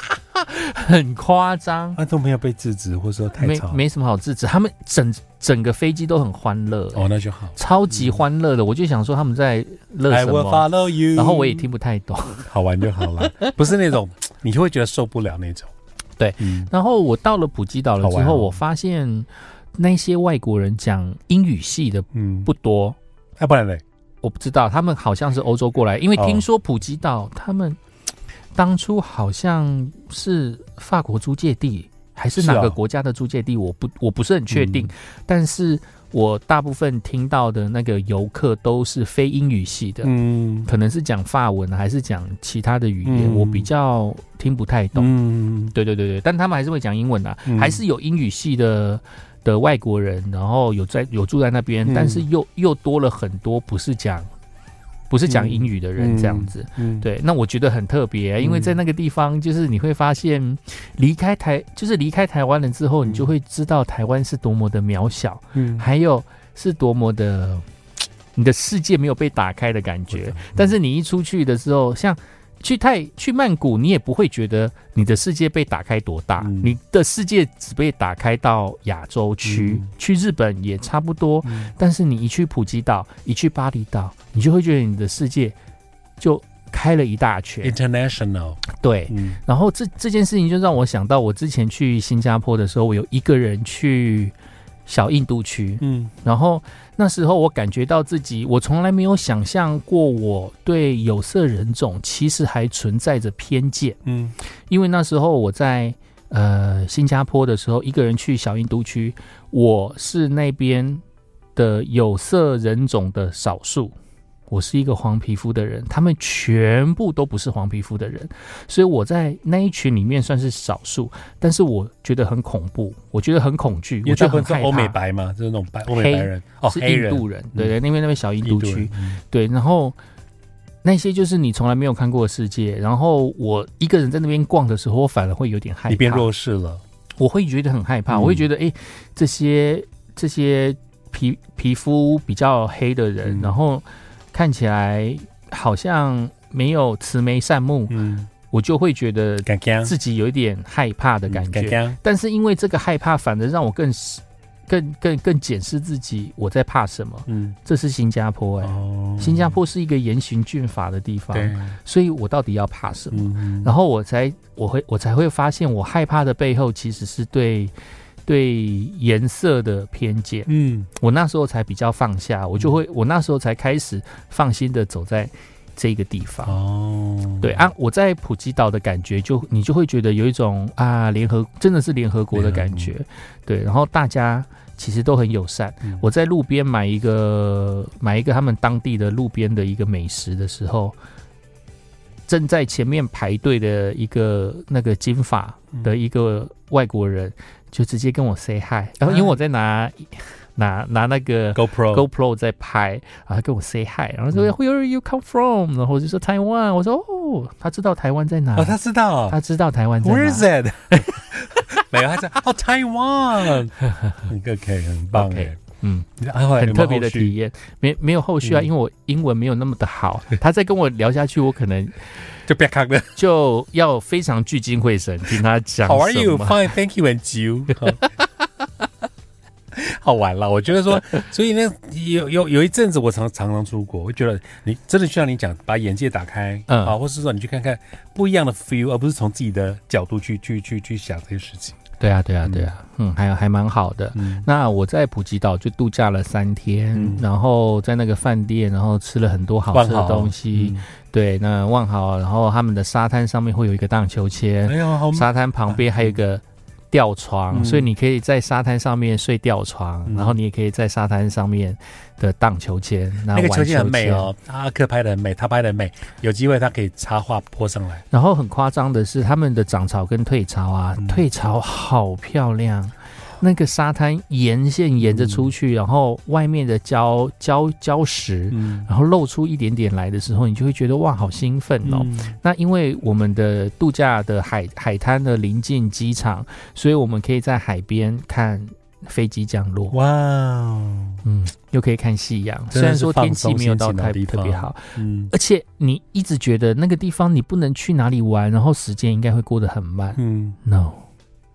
[SPEAKER 1] 很夸张，
[SPEAKER 2] 啊，都没有被制止，或者说太
[SPEAKER 1] 没
[SPEAKER 2] 吵，
[SPEAKER 1] 没什么好制止，他们整整个飞机都很欢乐、
[SPEAKER 2] 哦，嗯那就好。
[SPEAKER 1] 超级欢乐的，我就想说他们在乐
[SPEAKER 2] I
[SPEAKER 1] 什
[SPEAKER 2] will
[SPEAKER 1] 么，
[SPEAKER 2] follow you，
[SPEAKER 1] 然后我也听不太懂。
[SPEAKER 2] 好玩就好了， 不是那种你就会觉得受不了那种。
[SPEAKER 1] 对
[SPEAKER 2] 嗯，
[SPEAKER 1] 然后我到了普吉岛了之
[SPEAKER 2] 好玩
[SPEAKER 1] 后，
[SPEAKER 2] 哦
[SPEAKER 1] 我发现那些外国人讲英语系的
[SPEAKER 2] 嗯
[SPEAKER 1] 不，多，
[SPEAKER 2] 要不然嘞，
[SPEAKER 1] 我不知道，他们好像是欧洲过来，因为
[SPEAKER 2] 哦
[SPEAKER 1] 听说普吉岛、他们当初好像是法国租借地，还是哪
[SPEAKER 2] 是
[SPEAKER 1] 个
[SPEAKER 2] 啊嗯
[SPEAKER 1] 国家的租借地，我不我不是很确定，但是我大部分听到的那个游客都是非英语系的。
[SPEAKER 2] 嗯
[SPEAKER 1] 可能是讲法文还是讲其他的语言，
[SPEAKER 2] 嗯
[SPEAKER 1] 我比较听不太懂。
[SPEAKER 2] 嗯，
[SPEAKER 1] 对对对对，但他们还是会讲英文啊，
[SPEAKER 2] 嗯
[SPEAKER 1] 还是有英语系的的外国人，然后有在有住在那边，
[SPEAKER 2] 嗯
[SPEAKER 1] 但是又又多了很多不是讲不是讲英语的人
[SPEAKER 2] 嗯
[SPEAKER 1] 这样子。
[SPEAKER 2] 嗯，
[SPEAKER 1] 对，那我觉得很特别，啊因为在那个地方，就是你会发现，离开台就是离开台湾了之后，
[SPEAKER 2] 嗯
[SPEAKER 1] 你就会知道台湾是多么的渺小，
[SPEAKER 2] 嗯，
[SPEAKER 1] 还有是多么的。你的世界没有被打开的感觉，但是你一出去的时候，像去泰去曼谷，你也不会觉得你的世界被打开多大，
[SPEAKER 2] 嗯
[SPEAKER 1] 你的世界只被打开到亚洲区，
[SPEAKER 2] 嗯
[SPEAKER 1] 去日本也差不多。
[SPEAKER 2] 嗯
[SPEAKER 1] 但是你一去普吉岛，一去巴厘岛，你就会觉得你的世界就开了一大圈。
[SPEAKER 2] international，
[SPEAKER 1] 对，
[SPEAKER 2] 嗯
[SPEAKER 1] 然后这这件事情就让我想到，我之前去新加坡的时候，我有一个人去小印度区，
[SPEAKER 2] 嗯
[SPEAKER 1] 然后那时候我感觉到自己，我从来没有想象过我对有色人种其实还存在着偏见，
[SPEAKER 2] 嗯
[SPEAKER 1] 因为那时候我在呃新加坡的时候，一个人去小印度区，我是那边的有色人种的少数。我是一个黄皮肤的人，他们全部都不是黄皮肤的人，所以我在那一群里面算是少数，但是我觉得很恐怖，我觉得很恐惧，
[SPEAKER 2] 因
[SPEAKER 1] 我
[SPEAKER 2] 为
[SPEAKER 1] 觉得
[SPEAKER 2] 大部
[SPEAKER 1] 很
[SPEAKER 2] 分是
[SPEAKER 1] 害怕。
[SPEAKER 2] 欧美白嘛，就是那种白欧美白人，哦，
[SPEAKER 1] 是
[SPEAKER 2] 黑
[SPEAKER 1] 印
[SPEAKER 2] 人、
[SPEAKER 1] 度人，对对，那边那边小印
[SPEAKER 2] 印
[SPEAKER 1] 度
[SPEAKER 2] 度
[SPEAKER 1] 区
[SPEAKER 2] 人，，嗯
[SPEAKER 1] 对，然后那些就是你从来没有看过的世界。然后我一个人在那边逛的时候，我反而会有点害
[SPEAKER 2] 你变
[SPEAKER 1] 怕，
[SPEAKER 2] 弱势了。
[SPEAKER 1] 我会觉得很害怕，
[SPEAKER 2] 嗯
[SPEAKER 1] 我会觉得哎、诶这些这些皮皮肤比较黑的人，
[SPEAKER 2] 嗯
[SPEAKER 1] 然后看起来好像没有慈眉善目，
[SPEAKER 2] 嗯，
[SPEAKER 1] 我就会觉得
[SPEAKER 2] 敢干
[SPEAKER 1] 自己有一点害怕的感觉。
[SPEAKER 2] 敢干，
[SPEAKER 1] 但是因为这个害怕，反而让我更更更更检视自己我在怕什么。
[SPEAKER 2] 嗯，
[SPEAKER 1] 这是新加坡哎、
[SPEAKER 2] 哦
[SPEAKER 1] 新加坡是一个严刑峻法的地方，
[SPEAKER 2] 对，
[SPEAKER 1] 所以我到底要怕什么？
[SPEAKER 2] 嗯，
[SPEAKER 1] 然
[SPEAKER 2] 后
[SPEAKER 1] 后我才我会我才会发现，我害怕的背后其实是对对颜色的偏见。
[SPEAKER 2] 嗯，
[SPEAKER 1] 我那时候才比较放下，我就会我那时候才开始放心的走在这个地方。
[SPEAKER 2] 哦，
[SPEAKER 1] 对啊，我在普吉岛的感觉就，你就会觉得有一种啊，联合真的是联合国的感觉，对。然后大家其实都很友善。
[SPEAKER 2] 嗯
[SPEAKER 1] 我在路边买一个买一个他们当地的路边的一个美食的时候，正在前面排队的一个那个金发的一个外国人，就直接跟我 say hi，然后因为我在拿、拿拿那个
[SPEAKER 2] GoPro
[SPEAKER 1] GoPro 在拍，然后他跟我 say hi，然后说
[SPEAKER 2] 嗯
[SPEAKER 1] Where you come from？然后我就说台湾，我说哦，他知道台湾在哪，
[SPEAKER 2] 哦，他知道
[SPEAKER 1] 他知道台湾在
[SPEAKER 2] ，Where is
[SPEAKER 1] 哪。
[SPEAKER 2] it？没有，他讲哦，台湾 ，OK，很棒
[SPEAKER 1] OK，
[SPEAKER 2] 哎，
[SPEAKER 1] 嗯，
[SPEAKER 2] 然后来有没
[SPEAKER 1] 很
[SPEAKER 2] 有
[SPEAKER 1] 特别的
[SPEAKER 2] 后续
[SPEAKER 1] 体验，没没有后续啊，
[SPEAKER 2] 嗯
[SPEAKER 1] 因为我英文没有那么的 好，他再跟我聊下去，我可能
[SPEAKER 2] 就别看了。
[SPEAKER 1] 就要非常聚精会神听他讲
[SPEAKER 2] How are
[SPEAKER 1] 什
[SPEAKER 2] you?
[SPEAKER 1] 么
[SPEAKER 2] Fine, thank you, and you 好玩了，我觉得说，所以呢，有有有一阵子我常常常出国，我觉得你真的需要你讲，把眼界打开，
[SPEAKER 1] 嗯
[SPEAKER 2] 啊，或是说你去看看不一样的 feel，而不是从自己的角度去去去去想这些事情。
[SPEAKER 1] 对啊，对啊，对啊，嗯，还还蛮好的。
[SPEAKER 2] 嗯，
[SPEAKER 1] 那我在普吉岛就度假了三天，
[SPEAKER 2] 嗯
[SPEAKER 1] 然后在那个饭店，然后吃了很多好
[SPEAKER 2] 万
[SPEAKER 1] 吃的
[SPEAKER 2] 豪
[SPEAKER 1] 东
[SPEAKER 2] 嗯
[SPEAKER 1] 西。，对，那万豪，然后他们的沙滩上面会有一个荡秋千，
[SPEAKER 2] 哎呀，好
[SPEAKER 1] 沙滩旁边还有一个吊床，
[SPEAKER 2] 嗯
[SPEAKER 1] 所以你可以在沙滩上面睡吊床，
[SPEAKER 2] 嗯
[SPEAKER 1] 然后你也可以在沙滩上面的荡秋千，那
[SPEAKER 2] 那个球
[SPEAKER 1] 球
[SPEAKER 2] 鞋很美。哦，阿克拍的很美，他拍的很美，有机会他可以插画泼上来。
[SPEAKER 1] 然后很夸张的是，他们的涨潮跟退潮啊，
[SPEAKER 2] 嗯
[SPEAKER 1] 退潮好漂亮，那个沙滩沿线沿着出去，然后外面的礁礁礁石，
[SPEAKER 2] 嗯，
[SPEAKER 1] 然后露出一点点来的时候，你就会觉得哇，好兴奋
[SPEAKER 2] 嗯
[SPEAKER 1] 哦。那因为我们的度假的海海滩的临近机场，所以我们可以在海边看飞机降落，
[SPEAKER 2] 哇哦，
[SPEAKER 1] 嗯，又可以看夕阳。虽
[SPEAKER 2] 真的
[SPEAKER 1] 然
[SPEAKER 2] 是
[SPEAKER 1] 说天气没有到太
[SPEAKER 2] 放松心情的地
[SPEAKER 1] 特
[SPEAKER 2] 方
[SPEAKER 1] 别好，
[SPEAKER 2] 嗯
[SPEAKER 1] 而且你一直觉得那个地方你不能去哪里玩，然后时间应该会过得很慢。
[SPEAKER 2] 嗯，
[SPEAKER 1] No，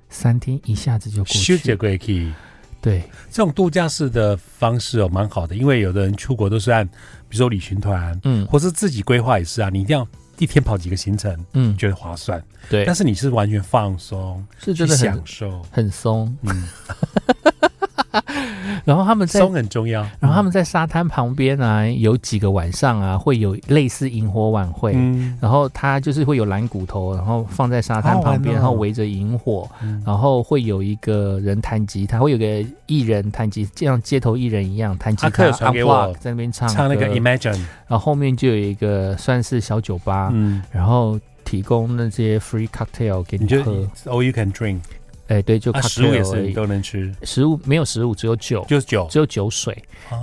[SPEAKER 1] 三天一下子就过
[SPEAKER 2] 修
[SPEAKER 1] 去
[SPEAKER 2] 杰
[SPEAKER 1] 了。
[SPEAKER 2] 贵 key。
[SPEAKER 1] 对，
[SPEAKER 2] 这种度假式的方式哦，蛮好的，因为有的人出国都是按，比如说旅行团，
[SPEAKER 1] 嗯
[SPEAKER 2] 或是自己规划也是啊，你一定要一天跑几个行程，
[SPEAKER 1] 嗯，
[SPEAKER 2] 觉得划算。
[SPEAKER 1] 对
[SPEAKER 2] 但，是你是完全放松，
[SPEAKER 1] 是
[SPEAKER 2] 去
[SPEAKER 1] 真的很
[SPEAKER 2] 享受，
[SPEAKER 1] 很松。
[SPEAKER 2] 嗯，
[SPEAKER 1] 然后他们在
[SPEAKER 2] 松嗯很重要。
[SPEAKER 1] 然后他们在沙滩旁边啊，有几个晚上啊，会有类似萤火晚会。
[SPEAKER 2] 嗯，
[SPEAKER 1] 然后它就是会有蓝骨头，然后放在沙滩
[SPEAKER 2] 好好玩
[SPEAKER 1] 旁边，
[SPEAKER 2] 哦
[SPEAKER 1] 然后围着萤火，
[SPEAKER 2] 嗯
[SPEAKER 1] 然后会有一个人弹吉他，会有个艺人弹吉，就像街头艺人一样弹吉
[SPEAKER 2] 阿克
[SPEAKER 1] 他
[SPEAKER 2] 啊有传给
[SPEAKER 1] unplug，
[SPEAKER 2] 我
[SPEAKER 1] 在那边唱
[SPEAKER 2] 嗯唱那个
[SPEAKER 1] 歌
[SPEAKER 2] Imagine，
[SPEAKER 1] 然后后面就有一个算是小酒吧，
[SPEAKER 2] 嗯，
[SPEAKER 1] 然后提供那些 free cocktail 给
[SPEAKER 2] 你
[SPEAKER 1] 你
[SPEAKER 2] 就
[SPEAKER 1] 喝，
[SPEAKER 2] all you can drink，
[SPEAKER 1] 哎，对，就
[SPEAKER 2] 啊，食物也
[SPEAKER 1] cocktail
[SPEAKER 2] 是
[SPEAKER 1] 而
[SPEAKER 2] 你
[SPEAKER 1] 已，
[SPEAKER 2] 都能吃，
[SPEAKER 1] 食物没有食物，只有酒，
[SPEAKER 2] 就是酒，
[SPEAKER 1] 只有酒水。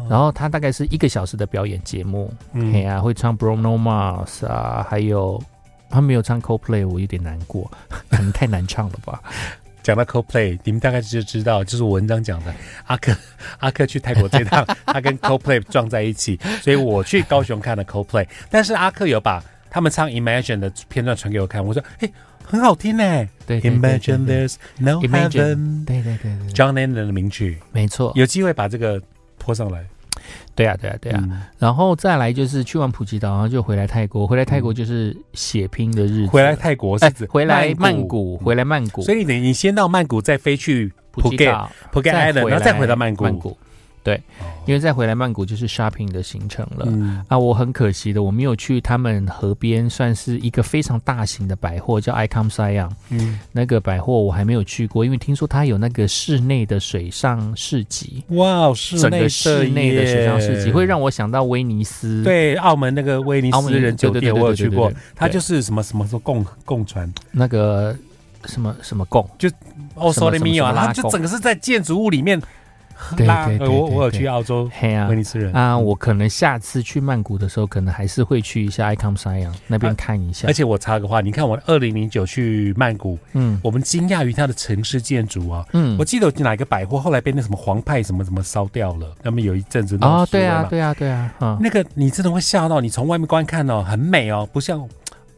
[SPEAKER 1] 然
[SPEAKER 2] 后
[SPEAKER 1] 后它大概是一个小时的表演节目，哎
[SPEAKER 2] 嗯，
[SPEAKER 1] 呀、会唱 Bruno Mars 啊，还有他没有唱 Coldplay，我有点难过， 可能太难唱了吧。
[SPEAKER 2] 讲到 CoPlay，你们大概就知道，就是我文章讲的，阿克阿克去泰国这 趟，他跟 CoPlay 撞在一起，所以我去高雄看了 CoPlay，但是阿克有把他们唱 Imagine 的片段传给我看，我说，哎、很好听呢
[SPEAKER 1] 对对对对
[SPEAKER 2] ，Imagine there's no
[SPEAKER 1] Imagine
[SPEAKER 2] heaven，John
[SPEAKER 1] 对对对对，
[SPEAKER 2] Lennon 的名曲，
[SPEAKER 1] 没错，
[SPEAKER 2] 有机会把这个拖上来，
[SPEAKER 1] 对啊对啊对啊。
[SPEAKER 2] 嗯
[SPEAKER 1] 然后再来就是去完普吉岛，然后就回来泰国，回来泰国就是血拼的日子，
[SPEAKER 2] 嗯回来泰国
[SPEAKER 1] 哎
[SPEAKER 2] 是指、
[SPEAKER 1] 回来曼谷，回来曼谷，
[SPEAKER 2] 所以你你先到曼谷，再飞去
[SPEAKER 1] 普吉
[SPEAKER 2] Phuket
[SPEAKER 1] 岛，
[SPEAKER 2] Phuket
[SPEAKER 1] 再
[SPEAKER 2] Island，然后再回到曼谷，哦
[SPEAKER 1] 曼谷，对，因为再回来曼谷就是 shopping 的行程了。
[SPEAKER 2] 嗯
[SPEAKER 1] 啊，我很可惜的，我没有去他们河边，算是一个非常大型的百货，叫 Icom Siam。
[SPEAKER 2] 嗯，
[SPEAKER 1] 那个百货我还没有去过，因为听说它有那个室内的水上市集，
[SPEAKER 2] 哇，室
[SPEAKER 1] 整
[SPEAKER 2] 内
[SPEAKER 1] 个室内的水上市集
[SPEAKER 2] 耶
[SPEAKER 1] 会让我想到威尼斯。
[SPEAKER 2] 对，澳门那个威
[SPEAKER 1] 嗯
[SPEAKER 2] 尼
[SPEAKER 1] 澳
[SPEAKER 2] 斯
[SPEAKER 1] 门
[SPEAKER 2] 人酒
[SPEAKER 1] 对对
[SPEAKER 2] 店
[SPEAKER 1] 对
[SPEAKER 2] 我有
[SPEAKER 1] 对对
[SPEAKER 2] 去
[SPEAKER 1] 对
[SPEAKER 2] 过
[SPEAKER 1] 对，
[SPEAKER 2] 它就是什么什么说共共船
[SPEAKER 1] 那个什么什么贡，
[SPEAKER 2] 哦
[SPEAKER 1] 什么
[SPEAKER 2] ，sorry
[SPEAKER 1] 什么
[SPEAKER 2] me 啊，
[SPEAKER 1] 什么
[SPEAKER 2] 它
[SPEAKER 1] 拉
[SPEAKER 2] 就
[SPEAKER 1] 贡
[SPEAKER 2] 整个是在建筑物里面
[SPEAKER 1] 对
[SPEAKER 2] 拉。
[SPEAKER 1] 对对
[SPEAKER 2] 呃我
[SPEAKER 1] 对
[SPEAKER 2] 我有
[SPEAKER 1] 对
[SPEAKER 2] 去澳洲
[SPEAKER 1] 嘿啊
[SPEAKER 2] 威尼斯人
[SPEAKER 1] 啊！我可能下次去曼谷的时候，可能还是会去一下 Icom Siam 那边看一下
[SPEAKER 2] 啊嗯而。且我插个话，你看我二零零九去曼谷，
[SPEAKER 1] 嗯
[SPEAKER 2] 我们惊讶于它的城市建筑啊。
[SPEAKER 1] 嗯
[SPEAKER 2] 我，记得有哪个百货后来被那什么黄派什么什么烧掉了，那么有一阵子那种
[SPEAKER 1] 哦，对
[SPEAKER 2] 新闻
[SPEAKER 1] 啊
[SPEAKER 2] 嘛，
[SPEAKER 1] 对啊对啊，嗯，
[SPEAKER 2] 那个你真的会吓到，你从外面观看哦，很美哦，不像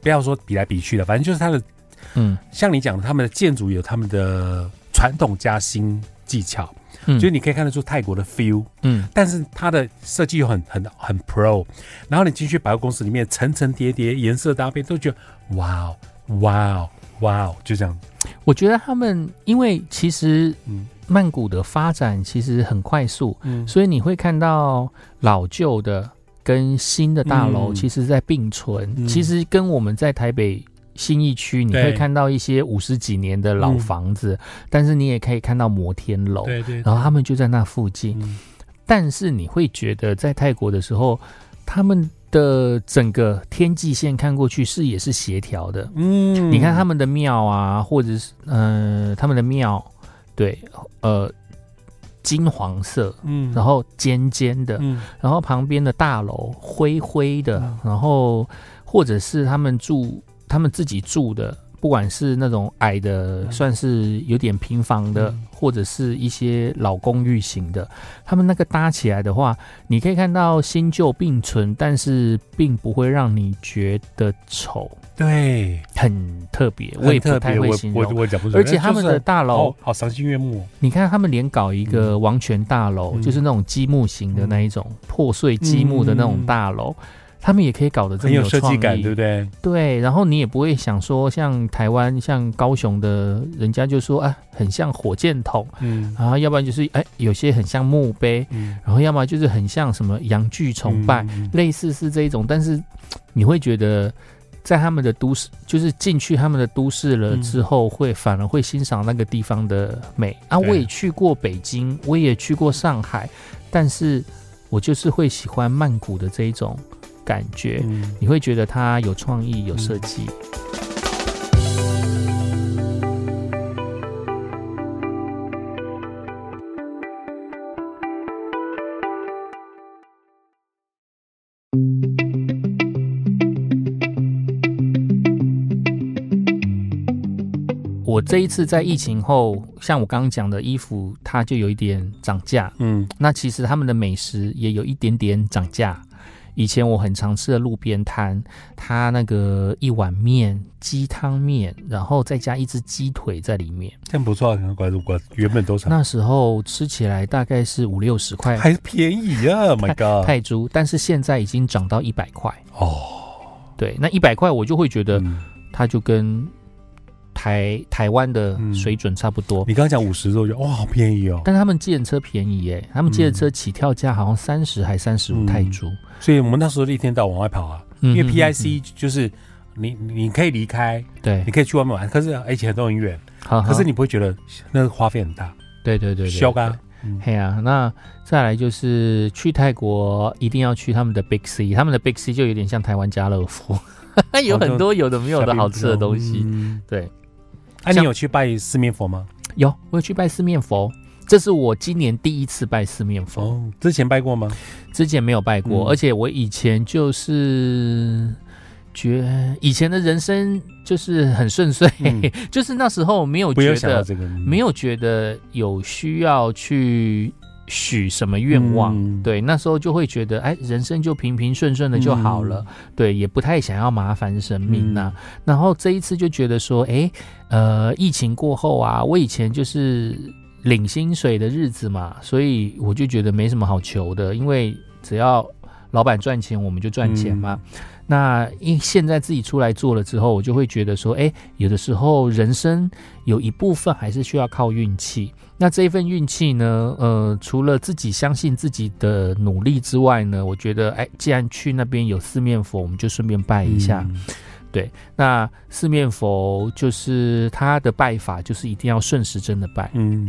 [SPEAKER 2] 不要说比来比去的，反正就是它的
[SPEAKER 1] 嗯
[SPEAKER 2] 像你讲的，他们的建筑有他们的传统加新技巧，
[SPEAKER 1] 嗯
[SPEAKER 2] 就是你可以看得出泰国的 feel，
[SPEAKER 1] 嗯
[SPEAKER 2] 但是它的设计又很很很 pro。然后你进去百货公司里面，层层叠叠，颜色搭配都觉得哇哦哇哦哇哦，就这样。
[SPEAKER 1] 我觉得他们因为其实
[SPEAKER 2] 嗯
[SPEAKER 1] 曼谷的发展其实很快速，
[SPEAKER 2] 嗯，
[SPEAKER 1] 所以你会看到老旧的跟新的大楼
[SPEAKER 2] 嗯
[SPEAKER 1] 其实在并存，
[SPEAKER 2] 嗯
[SPEAKER 1] 其实跟我们在台北。新义区，你
[SPEAKER 2] 对
[SPEAKER 1] 会看到一些五十几年的老
[SPEAKER 2] 嗯
[SPEAKER 1] 房子，但是你也可以看到摩天楼，
[SPEAKER 2] 对对，
[SPEAKER 1] 然后他们就在那附近。
[SPEAKER 2] 嗯
[SPEAKER 1] 但是你会觉得在泰国的时候，他们的整个天际线看过去是也是协调的。
[SPEAKER 2] 嗯，
[SPEAKER 1] 你看他们的庙啊，或者是呃他们的庙，对，呃金黄色，
[SPEAKER 2] 嗯，
[SPEAKER 1] 然后尖尖的，
[SPEAKER 2] 嗯
[SPEAKER 1] 然后旁边的大楼灰灰的
[SPEAKER 2] 嗯，
[SPEAKER 1] 然后或者是他们住他们自己住的，不管是那种矮的，
[SPEAKER 2] 嗯
[SPEAKER 1] 算是有点平房的
[SPEAKER 2] 嗯，
[SPEAKER 1] 或者是一些老公寓型的，他们那个搭起来的话，你可以看到新旧并存，但是并不会让你觉得丑，
[SPEAKER 2] 对，
[SPEAKER 1] 很特别，我
[SPEAKER 2] 很
[SPEAKER 1] 也不
[SPEAKER 2] 特别
[SPEAKER 1] 太会
[SPEAKER 2] 我
[SPEAKER 1] 形
[SPEAKER 2] 我
[SPEAKER 1] 容。
[SPEAKER 2] 我讲不出来，
[SPEAKER 1] 而且他们
[SPEAKER 2] 就是
[SPEAKER 1] 的大楼
[SPEAKER 2] 好好赏心悦目哦，
[SPEAKER 1] 你看他们连搞一个王权大楼，
[SPEAKER 2] 嗯
[SPEAKER 1] 就是那种积木型的那一种、破碎积木的那种大楼，他们也可以搞得这
[SPEAKER 2] 嗯很
[SPEAKER 1] 么
[SPEAKER 2] 有设计
[SPEAKER 1] 创
[SPEAKER 2] 感，
[SPEAKER 1] 意
[SPEAKER 2] 对不对？
[SPEAKER 1] 对然后你也不会想说像台湾、像高雄的人家就说啊，很像火箭筒，
[SPEAKER 2] 嗯
[SPEAKER 1] 然后要不然就是哎，有些很像墓碑，
[SPEAKER 2] 嗯，
[SPEAKER 1] 然后要么就是很像什么洋剧崇拜，
[SPEAKER 2] 嗯，嗯
[SPEAKER 1] 类似是这一种，但是你会觉得。在他们的都市，就是进去他们的都市了
[SPEAKER 2] 嗯
[SPEAKER 1] 之后会，反而会欣赏那个地方的美啊！
[SPEAKER 2] 对
[SPEAKER 1] 我也去过北京，我也去过上海，但是我就是会喜欢曼谷的这一种感觉。
[SPEAKER 2] 嗯
[SPEAKER 1] 你会觉得它有创意、有设计。我这一次在疫情后，像我刚刚讲的衣服，它就有一点涨价。
[SPEAKER 2] 嗯
[SPEAKER 1] 那其实他们的美食也有一点点涨价。以前我很常吃的路边摊，它那个一碗面、鸡汤面，然后再加一只鸡腿在里面，
[SPEAKER 2] 这样不错，啊很管我原本多少，
[SPEAKER 1] 那时候吃起来大概是五六十块
[SPEAKER 2] 还便宜啊，Oh，My God，
[SPEAKER 1] 泰铢，但是现在已经涨到一百块。
[SPEAKER 2] 哦，
[SPEAKER 1] 对，那一百块我就会觉得
[SPEAKER 2] 嗯
[SPEAKER 1] 它就跟台台湾的
[SPEAKER 2] 嗯
[SPEAKER 1] 水准差不多。
[SPEAKER 2] 你刚刚讲五十之后，我就哇，好便宜哦，
[SPEAKER 1] 但他们借车便宜耶、他们借车起跳价好像三十还三十五
[SPEAKER 2] 嗯
[SPEAKER 1] 泰铢，嗯
[SPEAKER 2] 所以我们那时候一天到晚往外跑啊，
[SPEAKER 1] 因
[SPEAKER 2] 因为 PIC 就是你你可以离开，
[SPEAKER 1] 对
[SPEAKER 2] 你，可以去外面玩，可是而且都很远，
[SPEAKER 1] 好好
[SPEAKER 2] 可是你不会觉得那个花费很大，
[SPEAKER 1] 对啊对对对，
[SPEAKER 2] 消干
[SPEAKER 1] 对。嘿呀、啊，那再来就是去泰国一定要去他们的 Big C，他们的 Big C 就有点像台湾家乐福，
[SPEAKER 2] 哦
[SPEAKER 1] 有很多有的没有的好吃的东西。
[SPEAKER 2] 嗯
[SPEAKER 1] 对，
[SPEAKER 2] 啊，你
[SPEAKER 1] 像
[SPEAKER 2] 有去拜四面佛吗？
[SPEAKER 1] 有我有去拜四面佛，这是我今年第一次拜四面佛，
[SPEAKER 2] 哦，之前拜过吗？
[SPEAKER 1] 之前没有拜过，
[SPEAKER 2] 嗯
[SPEAKER 1] 而且我以前就是觉以前的人生就是很顺遂，
[SPEAKER 2] 嗯
[SPEAKER 1] 就是那时候没有
[SPEAKER 2] 不
[SPEAKER 1] 觉
[SPEAKER 2] 要想到
[SPEAKER 1] 得
[SPEAKER 2] 这个，嗯
[SPEAKER 1] 没有觉得有需要去许什么愿望。
[SPEAKER 2] 嗯，
[SPEAKER 1] 对，那时候就会觉得，哎，人生就平平顺顺的就好了，对，也不太想要麻烦神明呐、然后这一次就觉得说，哎，呃，疫情过后啊，我以前就是领薪水的日子嘛，所以我就觉得没什么好求的，因为只要老板赚钱，我们就赚钱嘛。那因现在自己出来做了之后，我就会觉得说，哎，有的时候人生有一部分还是需要靠运气。那这一份运气呢，呃，除了自己相信自己的努力之外呢，我觉得，哎，既然去那边有四面佛，我们就顺便拜一下。
[SPEAKER 2] 嗯，
[SPEAKER 1] 那四面佛就是他的拜法，就是一定要顺时针的拜，
[SPEAKER 2] 嗯，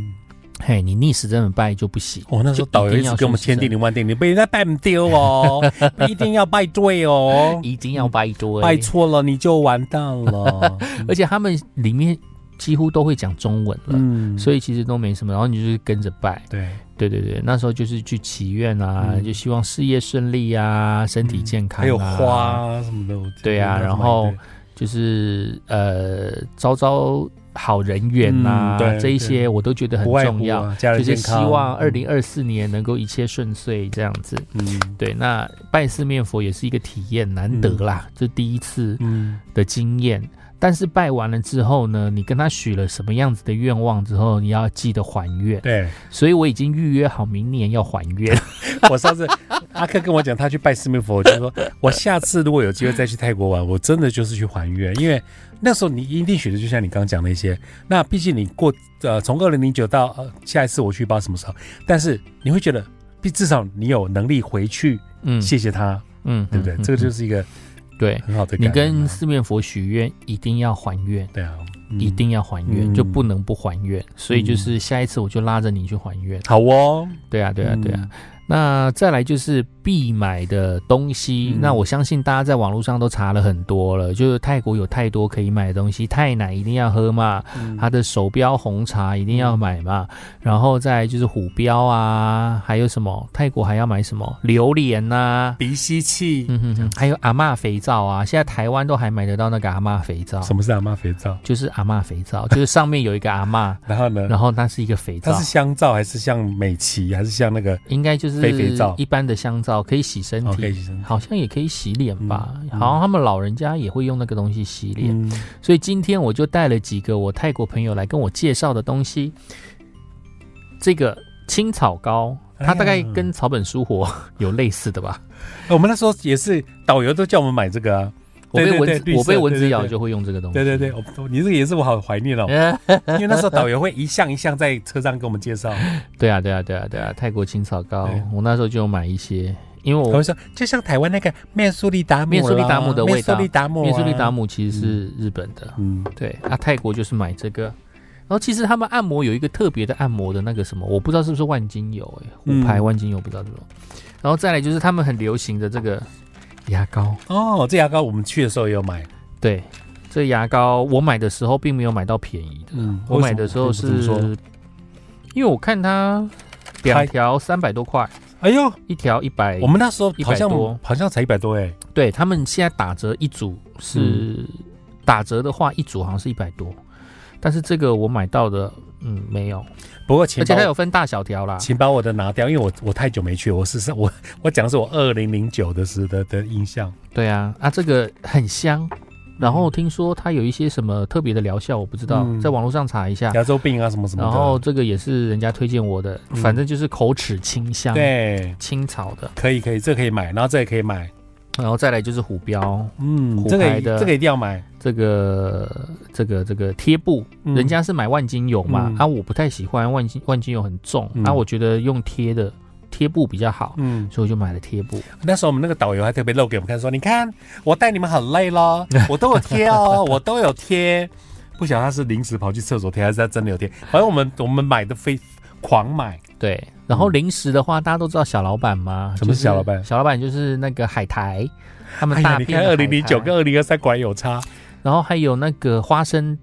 [SPEAKER 1] 嘿，你逆时针的拜就不行。
[SPEAKER 2] 我那时候导游一直给我们千叮咛万叮咛，被人家拜不丢 哦，一定要拜对哦，
[SPEAKER 1] 一定要拜对，
[SPEAKER 2] 拜错了你就完蛋 了。
[SPEAKER 1] 而且他们里面几乎都会讲中文了，
[SPEAKER 2] 嗯
[SPEAKER 1] 所
[SPEAKER 2] 以
[SPEAKER 1] 以其实都没什么。然后你就是跟着拜，
[SPEAKER 2] 对，
[SPEAKER 1] 对对对，那时候就是去祈愿啊，
[SPEAKER 2] 嗯
[SPEAKER 1] 就希望事业顺利啊，身体健康、啊
[SPEAKER 2] 还有花，啊什么的，我记得
[SPEAKER 1] 对啊
[SPEAKER 2] 那时
[SPEAKER 1] 然
[SPEAKER 2] 候
[SPEAKER 1] 后
[SPEAKER 2] 买
[SPEAKER 1] 就是呃，招招好人缘呐、
[SPEAKER 2] 嗯对
[SPEAKER 1] 这一些
[SPEAKER 2] 对
[SPEAKER 1] 我都觉得
[SPEAKER 2] 的
[SPEAKER 1] 很
[SPEAKER 2] 不外
[SPEAKER 1] 重
[SPEAKER 2] 乎
[SPEAKER 1] 要。
[SPEAKER 2] 啊，家人
[SPEAKER 1] 就是
[SPEAKER 2] 健
[SPEAKER 1] 希
[SPEAKER 2] 康
[SPEAKER 1] 望二零，二四年能够一切顺遂这样子。
[SPEAKER 2] 嗯
[SPEAKER 1] 对，那拜四面佛也是一个体验，难得啦，这、第一次
[SPEAKER 2] 嗯，
[SPEAKER 1] 的经验。但是拜完了之后呢，你跟他许了什么样子的愿望之后，你要记得还愿。
[SPEAKER 2] 对。
[SPEAKER 1] 所以我已经预约好明年要还愿。
[SPEAKER 2] 我上次阿克跟我讲，他去拜四面佛，我就说，我下次如果有机会再去泰国玩，我真的就是去还愿，因为那时候你一定选的，就像你刚刚讲的一些。那毕竟你过呃，从二零零九到呃下一次我去不知道什么时候，但是你会觉得，毕至少你有能力回去
[SPEAKER 1] 嗯
[SPEAKER 2] 谢谢他，
[SPEAKER 1] 嗯，
[SPEAKER 2] 对不对？
[SPEAKER 1] 嗯
[SPEAKER 2] 这个就
[SPEAKER 1] 嗯
[SPEAKER 2] 是一个
[SPEAKER 1] 对。
[SPEAKER 2] 很好的
[SPEAKER 1] 你
[SPEAKER 2] 感恩啊。
[SPEAKER 1] 跟四面佛许愿，一定要还愿，
[SPEAKER 2] 对啊，嗯
[SPEAKER 1] 一定要还愿，
[SPEAKER 2] 嗯
[SPEAKER 1] 就不能不还愿。所以就是下一次我就拉着你去还愿。
[SPEAKER 2] 好哦。
[SPEAKER 1] 对啊，对啊，对啊。
[SPEAKER 2] 嗯，
[SPEAKER 1] 那再来就是必买的东西，
[SPEAKER 2] 嗯
[SPEAKER 1] 那我相信大家在网络上都查了很多了，就是泰国有太多可以买的东西，泰奶一定要喝嘛，
[SPEAKER 2] 嗯
[SPEAKER 1] 它的手标红茶一定要买嘛，然后再来就是虎标啊，还有什么泰国还要买什么榴莲啊呐、
[SPEAKER 2] 鼻吸气，
[SPEAKER 1] 嗯哼哼，还有阿嬷肥皂啊，现在台湾都还买得到那个阿嬷肥皂，
[SPEAKER 2] 什么是阿妈肥皂？
[SPEAKER 1] 就是阿嬷肥皂， 就是上面有一个阿嬷，
[SPEAKER 2] 然后呢？
[SPEAKER 1] 然后它是一个肥
[SPEAKER 2] 嗯它
[SPEAKER 1] 皂
[SPEAKER 2] 是。香皂还是像美琪还是像那个哦
[SPEAKER 1] 应该就是
[SPEAKER 2] 肥肥皂
[SPEAKER 1] 一般的香皂可以洗身体，
[SPEAKER 2] OK 医生？
[SPEAKER 1] 好像也可以洗脸吧，
[SPEAKER 2] 嗯嗯
[SPEAKER 1] 好像他们老人家也会用那个东西洗脸，
[SPEAKER 2] 嗯，
[SPEAKER 1] 所以今天我就带了几个我泰国朋友来跟我介绍的东西。这个青草膏，
[SPEAKER 2] 哎
[SPEAKER 1] 它大概跟草本蔬活 有类似的吧？
[SPEAKER 2] 哎我们那时候也是导游都叫我们买这个啊。
[SPEAKER 1] 我被
[SPEAKER 2] 对对
[SPEAKER 1] 蚊
[SPEAKER 2] 对
[SPEAKER 1] 子，
[SPEAKER 2] 绿色
[SPEAKER 1] 我被蚊
[SPEAKER 2] 对
[SPEAKER 1] 子
[SPEAKER 2] 对
[SPEAKER 1] 咬
[SPEAKER 2] 对
[SPEAKER 1] 就会用这个东西。
[SPEAKER 2] 对对对，我你这个也是我好怀念 哦，
[SPEAKER 1] 呃
[SPEAKER 2] 因为那时候导游会一项一项在车上给我们介绍，
[SPEAKER 1] 对啊，对啊，对啊，对啊！泰国青草膏
[SPEAKER 2] 对，
[SPEAKER 1] 我那时候就有买一些，因为
[SPEAKER 2] 他
[SPEAKER 1] 我
[SPEAKER 2] 会说就像台湾那个面苏利达姆啦，
[SPEAKER 1] 面苏利达姆的味道
[SPEAKER 2] 面苏利达姆，
[SPEAKER 1] 面苏利达，姆其实是日本的，
[SPEAKER 2] 嗯，
[SPEAKER 1] 对啊，泰国就是买这个。然后其实他们按摩有一个特别的按摩的那个什么，我不知道是不是万金油哎、
[SPEAKER 2] 嗯
[SPEAKER 1] 虎牌万金油不知道是什么。然后再来就是他们很流行的这个牙膏，
[SPEAKER 2] 哦，这牙膏我们去的时候也有买，
[SPEAKER 1] 对，这个牙膏我买的时候并没有买到便宜的，
[SPEAKER 2] 嗯，
[SPEAKER 1] 我买的时候
[SPEAKER 2] 为什么
[SPEAKER 1] 是
[SPEAKER 2] 怎么说，
[SPEAKER 1] 因为我看它两条三百多块，
[SPEAKER 2] 哎呦，
[SPEAKER 1] 一条一百
[SPEAKER 2] 我，们那时候好
[SPEAKER 1] 100多
[SPEAKER 2] 像好像才一百多哎，
[SPEAKER 1] 对他们现在打折一组
[SPEAKER 2] 嗯
[SPEAKER 1] 是、打折的话一组好像是一百多，但是这个我买到的嗯没有。
[SPEAKER 2] 不过请
[SPEAKER 1] 而且
[SPEAKER 2] 把
[SPEAKER 1] 它
[SPEAKER 2] 我
[SPEAKER 1] 有分大小条啦。
[SPEAKER 2] 请把我的拿掉，因为我我太久没去，我是 我我讲的是我二零零九的时的的印象，
[SPEAKER 1] 对啊，啊，这个很香。然后听说它有一些什么特别的疗效，我不知道，
[SPEAKER 2] 嗯
[SPEAKER 1] 在网络上查一下。
[SPEAKER 2] 牙周病啊什么什么
[SPEAKER 1] 然
[SPEAKER 2] 的，
[SPEAKER 1] 后这个也是人家推荐我的，
[SPEAKER 2] 嗯
[SPEAKER 1] 反正就是口齿清香，，
[SPEAKER 2] 对，
[SPEAKER 1] 青草的。
[SPEAKER 2] 可以可以，这个可以买，然后这也可以买，
[SPEAKER 1] 然后再来就是虎标，
[SPEAKER 2] 嗯，
[SPEAKER 1] 虎
[SPEAKER 2] 这个
[SPEAKER 1] 牌的
[SPEAKER 2] 这个一定要买，
[SPEAKER 1] 这个这个这个贴布，
[SPEAKER 2] 嗯
[SPEAKER 1] 人家是买万金油嘛，
[SPEAKER 2] 嗯
[SPEAKER 1] 啊，我不太喜欢万金万金油很重，
[SPEAKER 2] 嗯
[SPEAKER 1] 啊，我觉得用贴的贴布比较好，
[SPEAKER 2] 嗯，
[SPEAKER 1] 所以我就买了贴布。
[SPEAKER 2] 那时候我们那个导游还特别露给我们看，说：“你看，我带你们很累 咯，我都有贴哦，我都有贴。”不晓得他是临时跑去厕所贴，还是他真的有贴。反正我们我们买的非狂买，
[SPEAKER 1] 对，然后
[SPEAKER 2] 嗯
[SPEAKER 1] 零食的话，大家都知道小老板吗？
[SPEAKER 2] 什么是
[SPEAKER 1] 就
[SPEAKER 2] 小老板
[SPEAKER 1] 小老板就是那个海 苔，他们
[SPEAKER 2] 哎呀，
[SPEAKER 1] 大
[SPEAKER 2] 你
[SPEAKER 1] 片
[SPEAKER 2] 看
[SPEAKER 1] 的
[SPEAKER 2] 二
[SPEAKER 1] 海苔
[SPEAKER 2] 零零九跟，二零二三果然有差。
[SPEAKER 1] 然后还有那个花生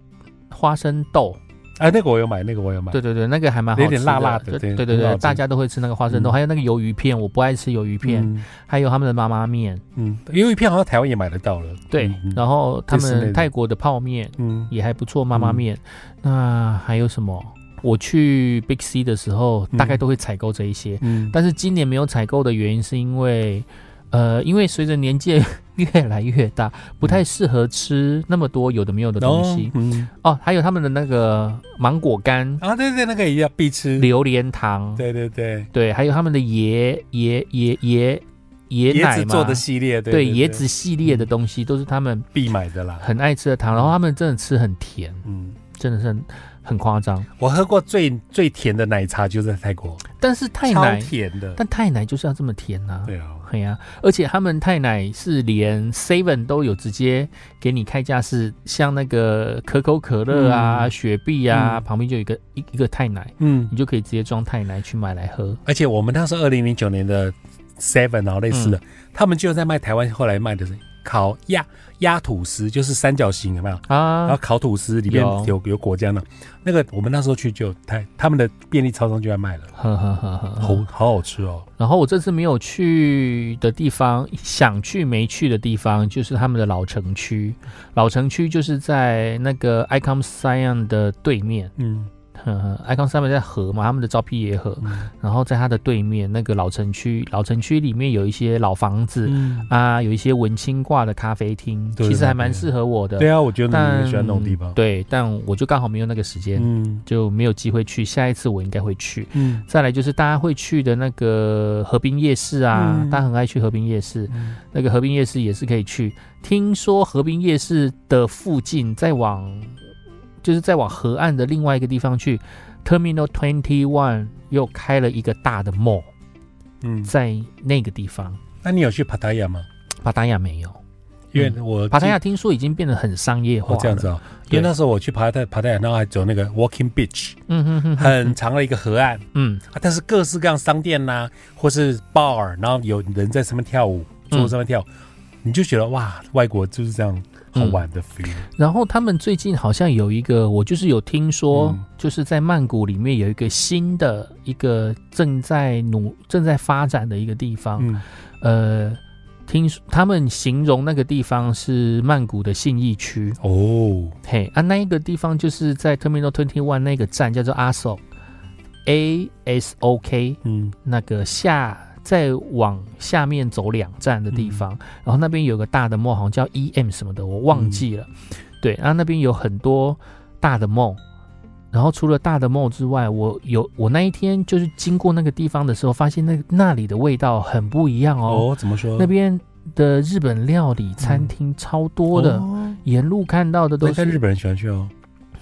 [SPEAKER 1] 花生豆，
[SPEAKER 2] 啊，那个我有买，那个我有买。
[SPEAKER 1] 对对对，那个还蛮好吃
[SPEAKER 2] 有点辣辣的
[SPEAKER 1] 就对
[SPEAKER 2] 对
[SPEAKER 1] 对
[SPEAKER 2] 很好
[SPEAKER 1] 对，
[SPEAKER 2] 吃
[SPEAKER 1] 大家都会吃那个花生豆，
[SPEAKER 2] 嗯
[SPEAKER 1] 还有那个鱿鱼片，我不爱吃鱿鱼片，
[SPEAKER 2] 嗯，
[SPEAKER 1] 还有他们的妈妈面，
[SPEAKER 2] 嗯，因为片好像台湾也买得到了。
[SPEAKER 1] 对
[SPEAKER 2] 嗯，
[SPEAKER 1] 然后他
[SPEAKER 2] 这是那
[SPEAKER 1] 们
[SPEAKER 2] 个
[SPEAKER 1] 泰国的泡面
[SPEAKER 2] 嗯，
[SPEAKER 1] 也还不错，妈妈面，那还有什么？我去 Big C 的时候，大概
[SPEAKER 2] 嗯
[SPEAKER 1] 都会采购这一些，
[SPEAKER 2] 嗯
[SPEAKER 1] 但是今年没有采购的原因是因为，呃，因为随着年纪越来越大，
[SPEAKER 2] 嗯
[SPEAKER 1] 不太适合吃那么多有的没有的
[SPEAKER 2] 然后
[SPEAKER 1] 东西
[SPEAKER 2] 嗯，
[SPEAKER 1] 哦。还有他们的那个芒果干、
[SPEAKER 2] 啊，对对，那个也要必吃。
[SPEAKER 1] 榴莲糖，
[SPEAKER 2] 对对对，
[SPEAKER 1] 对，还有他们的椰椰椰椰椰
[SPEAKER 2] 椰
[SPEAKER 1] 奶
[SPEAKER 2] 子
[SPEAKER 1] 嘛
[SPEAKER 2] 做的系列，
[SPEAKER 1] 对
[SPEAKER 2] 对嗯
[SPEAKER 1] 椰子系列的东西都是他们
[SPEAKER 2] 必买的啦。
[SPEAKER 1] 很爱吃的糖，然后他们真的吃很甜，
[SPEAKER 2] 嗯，
[SPEAKER 1] 真的是很很夸张。
[SPEAKER 2] 我喝过最最甜的奶茶就在泰国，
[SPEAKER 1] 但是泰
[SPEAKER 2] 超
[SPEAKER 1] 哎奶，
[SPEAKER 2] 甜的。
[SPEAKER 1] 但泰奶就是要这么甜呐、
[SPEAKER 2] 对啊，
[SPEAKER 1] 哎呀、而且他们太奶是连 Seven 都有直接给你开价，是像那个可口可乐啊、
[SPEAKER 2] 嗯
[SPEAKER 1] 雪碧啊，
[SPEAKER 2] 嗯
[SPEAKER 1] 旁边就有一个一一个太奶，
[SPEAKER 2] 嗯，
[SPEAKER 1] 你就可以直接装太奶去买来喝。
[SPEAKER 2] 而且我们那时候二零零九年的 Seven 然后类
[SPEAKER 1] 嗯
[SPEAKER 2] 似的，他们就在卖台湾后来卖的是烤鸭鸭吐司，就是三角形有没有？然后
[SPEAKER 1] 啊，
[SPEAKER 2] 烤吐司里面
[SPEAKER 1] 有
[SPEAKER 2] 有有果酱的，那个我们那时候去就台他们的便利超商就在卖了，
[SPEAKER 1] 呵呵呵呵
[SPEAKER 2] 好
[SPEAKER 1] 呵。
[SPEAKER 2] 好好吃哦。
[SPEAKER 1] 然后我这次没有去的地方，想去没去的地方，就是他们的老城区。老城区就是在那个 Icon Siam 的对面，
[SPEAKER 2] 嗯，
[SPEAKER 1] 呵呵，Icon Siam 在河嘛，他们的招聘野河。
[SPEAKER 2] 嗯
[SPEAKER 1] 然后在它的对面那个老城区，老城区里面有一些老房子、
[SPEAKER 2] 嗯，
[SPEAKER 1] 啊，有一些文青挂的咖啡厅，
[SPEAKER 2] 对
[SPEAKER 1] 其实还蛮
[SPEAKER 2] 那边
[SPEAKER 1] 适合我的。
[SPEAKER 2] 对啊，我觉得你
[SPEAKER 1] 但
[SPEAKER 2] 们喜欢那种地方。
[SPEAKER 1] 对，但我就刚好没有那个时间，
[SPEAKER 2] 嗯
[SPEAKER 1] 就没有机会去。下一次我应该会去。
[SPEAKER 2] 嗯
[SPEAKER 1] 再来就是大家会去的那个河滨夜市啊，
[SPEAKER 2] 嗯
[SPEAKER 1] 大家很爱去河滨夜市，
[SPEAKER 2] 嗯
[SPEAKER 1] 那个河滨夜市也是可以去。听说河滨夜市的附近，再往就是再往河岸的另外一个地方去，Terminal Twenty One 又开了一个大的 mall。
[SPEAKER 2] 嗯，
[SPEAKER 1] 在那个地方，
[SPEAKER 2] 那你有去帕塔亚吗？
[SPEAKER 1] 巴达雅没有，
[SPEAKER 2] 因为我
[SPEAKER 1] 嗯帕塔亚听说已经变得很商业化
[SPEAKER 2] 哦
[SPEAKER 1] 了，
[SPEAKER 2] 这样子啊、因为那时候我去爬泰爬泰雅，然后还走那个 Walking Beach，
[SPEAKER 1] 嗯哼哼哼，
[SPEAKER 2] 很长的一个河岸，
[SPEAKER 1] 嗯
[SPEAKER 2] 啊但是各式各样商店呐、或是 bar，然后有人在上面跳舞，坐上面跳舞，你就觉得哇，外国就是这样好玩的 feel，、
[SPEAKER 1] 然后他们最近好像有一个，我就是有听说，
[SPEAKER 2] 嗯
[SPEAKER 1] 就是在曼谷里面有一个新的一个正在努正在发展的一个地方，
[SPEAKER 2] 嗯，
[SPEAKER 1] 呃，听说他们形容那个地方是曼谷的信义区，
[SPEAKER 2] 哦，
[SPEAKER 1] 嘿啊，那一个地方就是在 Terminal Twenty One 那个站叫做阿 s o A S O K
[SPEAKER 2] 嗯，
[SPEAKER 1] 那个下再往下面走两站的地方，然后那边有个大的 mall，好像叫 E M 什么的，我忘记了。对，然后那边有很多大的 mall，然后除了大的 mall 之外，我有我那一天就是经过那个地方的时候，发现那那里的味道很不一样哦。
[SPEAKER 2] 哦，怎么说？
[SPEAKER 1] 那边的日本料理餐厅超多的，
[SPEAKER 2] 哦
[SPEAKER 1] 沿路看到的
[SPEAKER 2] 那
[SPEAKER 1] 都
[SPEAKER 2] 看日
[SPEAKER 1] 是
[SPEAKER 2] 本人喜欢去哦，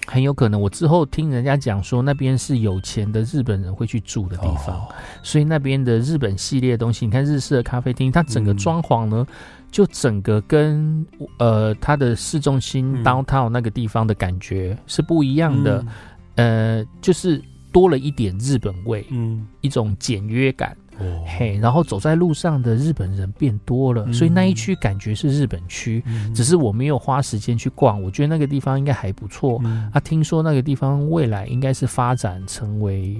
[SPEAKER 1] 很有可能。我之后听人家讲说，那边是有钱的日本人会去住的地方。
[SPEAKER 2] 哦
[SPEAKER 1] 所以那边的日本系列的东西，你看日式的咖啡厅，它整个
[SPEAKER 2] 嗯
[SPEAKER 1] 装潢呢，就整个跟呃它的市中心
[SPEAKER 2] 嗯
[SPEAKER 1] downtown 那个地方的感觉是不一样的，，呃，就是多了一点日本味，
[SPEAKER 2] 嗯，
[SPEAKER 1] 一种简约感，
[SPEAKER 2] 嗯哦，
[SPEAKER 1] 嘿，然后走在路上的日本人变多了，
[SPEAKER 2] 嗯
[SPEAKER 1] 所以那一区感觉是日本区，
[SPEAKER 2] 嗯
[SPEAKER 1] 只是我没有花时间去逛，我觉得那个地方应该还不错，
[SPEAKER 2] 嗯
[SPEAKER 1] 啊，听说那个地方未来应该是发展成为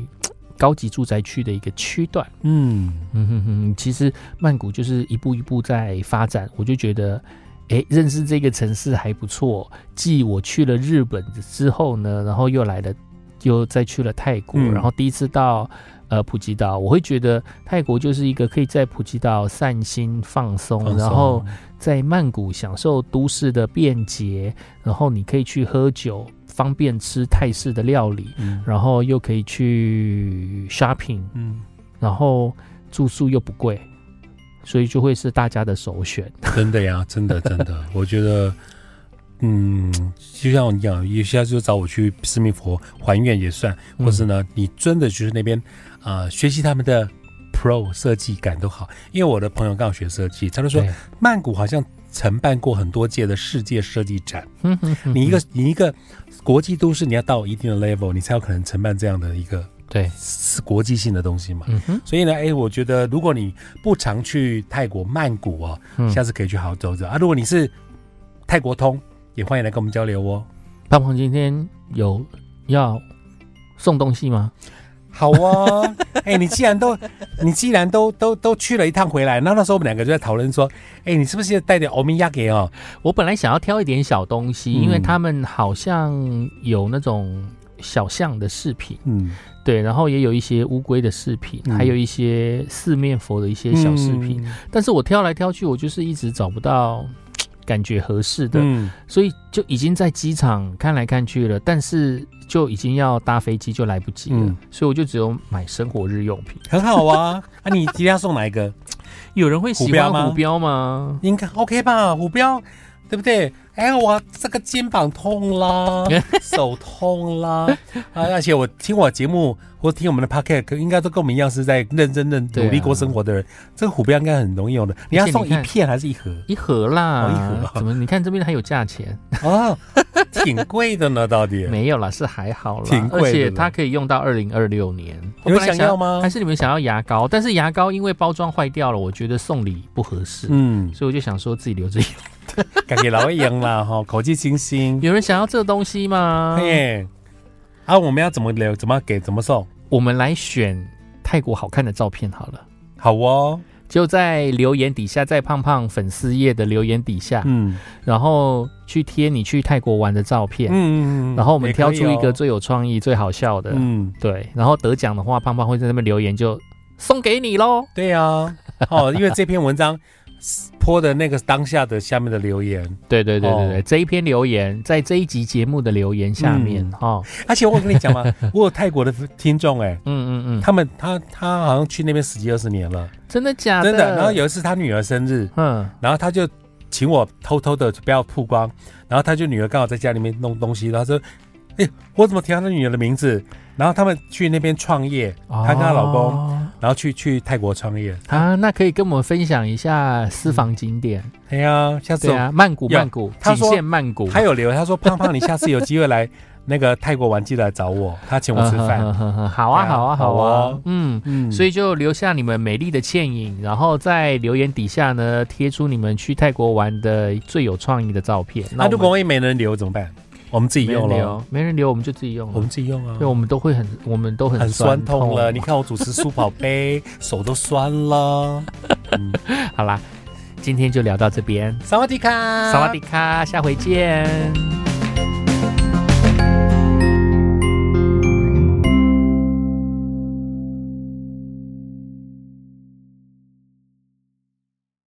[SPEAKER 1] 高级住宅区的一个区段。
[SPEAKER 2] 嗯，
[SPEAKER 1] 嗯哼哼，其实曼谷就是一步一步在发展，我就觉得，哎，认识这个城市还不错。继我去了日本之后呢，然后又来了，又再去了泰国，
[SPEAKER 2] 嗯
[SPEAKER 1] 然后第一次到呃普吉岛，我会觉得泰国就是一个可以在普吉岛散心放松，
[SPEAKER 2] 放松
[SPEAKER 1] 然后在曼谷享受都市的便捷，然后你可以去喝酒，方便吃泰式的料理，
[SPEAKER 2] 嗯
[SPEAKER 1] 然后又可以去 shopping。
[SPEAKER 2] 嗯，
[SPEAKER 1] 然后住宿又不贵，所以就会是大家的首选。
[SPEAKER 2] 真的呀，真的真的， 我觉得，嗯，就像我讲，有些就找我去斯密佛还愿也算，
[SPEAKER 1] 嗯
[SPEAKER 2] 或是呢，你真的就是那边啊、呃学习他们的 pro 设计感都好，因为我的朋友刚好学设计，他就说
[SPEAKER 1] 对，
[SPEAKER 2] 曼谷好像承办过很多届的世界设计展，
[SPEAKER 1] 嗯哼哼
[SPEAKER 2] 你一个你一个国际都市，你要到一定的 level，你才有可能承办这样的一个
[SPEAKER 1] 对，
[SPEAKER 2] 国际性的东西嘛。
[SPEAKER 1] 嗯哼，
[SPEAKER 2] 所以呢，哎，我觉得如果你不常去泰国曼谷哦，
[SPEAKER 1] 嗯
[SPEAKER 2] 下次可以去好好走走啊。如果你是泰国通，也欢迎来跟我们交流哦。
[SPEAKER 1] 胖胖今天有要送东西吗？
[SPEAKER 2] 好哦， 哎，你既然都你既然都都都去了一趟回来，那那时候我们两个就在讨论说，哎，你是不是带点欧米亚给哦？
[SPEAKER 1] 我本来想要挑一点小东西，
[SPEAKER 2] 嗯
[SPEAKER 1] 因为他们好像有那种小象的饰品，
[SPEAKER 2] 嗯，
[SPEAKER 1] 对，然后也有一些乌龟的饰品，
[SPEAKER 2] 嗯
[SPEAKER 1] 还有一些四面佛的一些小饰品。但是我挑来挑去，我就是一直找不到感觉合适的。
[SPEAKER 2] 嗯，
[SPEAKER 1] 所以就已经在机场看来看去了，但是就已经要搭飞机就来不及了，
[SPEAKER 2] 嗯
[SPEAKER 1] 所以我就只有买生活日用品。
[SPEAKER 2] 很好啊。啊，你今天要送哪一个？
[SPEAKER 1] 有人会喜
[SPEAKER 2] 虎标
[SPEAKER 1] 欢
[SPEAKER 2] 吗
[SPEAKER 1] 虎标吗？
[SPEAKER 2] 应该 OK 吧？虎标，对不对？哎，我这个肩膀 痛啦，手痛啦，啊！而且我听我节目或听我们的 podcast，应该都跟我们一样是在认真认
[SPEAKER 1] 对啊
[SPEAKER 2] 努力过生活的人。这个虎标应该很容易用的。你要送
[SPEAKER 1] 你
[SPEAKER 2] 一
[SPEAKER 1] 看
[SPEAKER 2] 片还是一盒？
[SPEAKER 1] 一盒啦，
[SPEAKER 2] 哦一盒啊
[SPEAKER 1] 怎么？你看这边还有价钱？
[SPEAKER 2] 哦，挺贵的呢，到底。
[SPEAKER 1] 没有啦，是还好啦，
[SPEAKER 2] 挺贵的
[SPEAKER 1] 而且它可以用到二零二六年。我
[SPEAKER 2] 你们
[SPEAKER 1] 本来
[SPEAKER 2] 想要吗
[SPEAKER 1] 还是你们想要牙膏？但是牙膏因为包装坏掉了，我觉得送礼不合适，
[SPEAKER 2] 嗯，
[SPEAKER 1] 所以我就想说自己留着 用。
[SPEAKER 2] 感觉老会赢啦哈，口气清新。
[SPEAKER 1] 有人想要这东西吗？
[SPEAKER 2] 嘿，啊，我们要怎么留？怎么给？怎么送？
[SPEAKER 1] 我们来选泰国好看的照片好了。
[SPEAKER 2] 好哦，
[SPEAKER 1] 就在留言底下，在胖胖粉丝页的留言底下，
[SPEAKER 2] 嗯
[SPEAKER 1] 然后去贴你去泰国玩的照片，
[SPEAKER 2] 嗯
[SPEAKER 1] 然后我们挑出一个，
[SPEAKER 2] 也可以哦
[SPEAKER 1] 最有创意、最好笑的，
[SPEAKER 2] 嗯，
[SPEAKER 1] 对，然后得奖的话，胖胖会在那边留言就送给你喽。
[SPEAKER 2] 对呀、 哦，因为这篇文章泼的那个当下的下面的留言，
[SPEAKER 1] 对对对对对，
[SPEAKER 2] 哦
[SPEAKER 1] 这一篇留言在这一集节目的留言下面
[SPEAKER 2] 嗯
[SPEAKER 1] 哈，
[SPEAKER 2] 而且我跟你 讲嘛，我有泰国的听众哎、
[SPEAKER 1] 嗯嗯嗯，
[SPEAKER 2] 他们他他好像去那边十几二十年了，
[SPEAKER 1] 啊真的假的？
[SPEAKER 2] 真的。然后有一次他女儿生日，
[SPEAKER 1] 嗯
[SPEAKER 2] 然后他就请我偷偷的不要曝光，然后他就女儿刚好在家里面弄东西，然后说：“哎、我怎么提到他女儿的名字？”然后他们去那边创业，
[SPEAKER 1] 哦
[SPEAKER 2] 她跟她老公然后去去泰国创业。
[SPEAKER 1] 啊，那可以跟我们分享一下私房景点？
[SPEAKER 2] 哎呀，下次
[SPEAKER 1] 对
[SPEAKER 2] 我
[SPEAKER 1] 啊，曼谷，
[SPEAKER 2] 有
[SPEAKER 1] 曼谷，
[SPEAKER 2] 他
[SPEAKER 1] 仅
[SPEAKER 2] 说
[SPEAKER 1] 限曼谷。
[SPEAKER 2] 还有留言，他说胖胖，你下次有机会来那个泰国玩，记得来找我，他请我吃
[SPEAKER 1] 嗯
[SPEAKER 2] 饭。
[SPEAKER 1] 哼哼哼好啊，
[SPEAKER 2] 对啊
[SPEAKER 1] 好啊，
[SPEAKER 2] 好
[SPEAKER 1] 好啊
[SPEAKER 2] 哦。
[SPEAKER 1] 嗯，
[SPEAKER 2] 嗯
[SPEAKER 1] 所
[SPEAKER 2] 以
[SPEAKER 1] 以就留下你们美丽的倩影，然后在留言底下呢贴出你们去泰国玩的最有创意的照片。
[SPEAKER 2] 那如
[SPEAKER 1] 我们
[SPEAKER 2] 果万一没人留怎么办？我们自己
[SPEAKER 1] 没人
[SPEAKER 2] 用了，
[SPEAKER 1] 留，没人留，我们就自己用
[SPEAKER 2] 我
[SPEAKER 1] 了
[SPEAKER 2] 们。自己用啊
[SPEAKER 1] 对，。我们都会很，我们都很
[SPEAKER 2] 很酸
[SPEAKER 1] 酸
[SPEAKER 2] 痛了，你看我主持苏宝杯，手都 酸了。嗯，
[SPEAKER 1] 好啦，今天就聊到这边，
[SPEAKER 2] 萨瓦迪卡，
[SPEAKER 1] 萨瓦迪卡，下回见。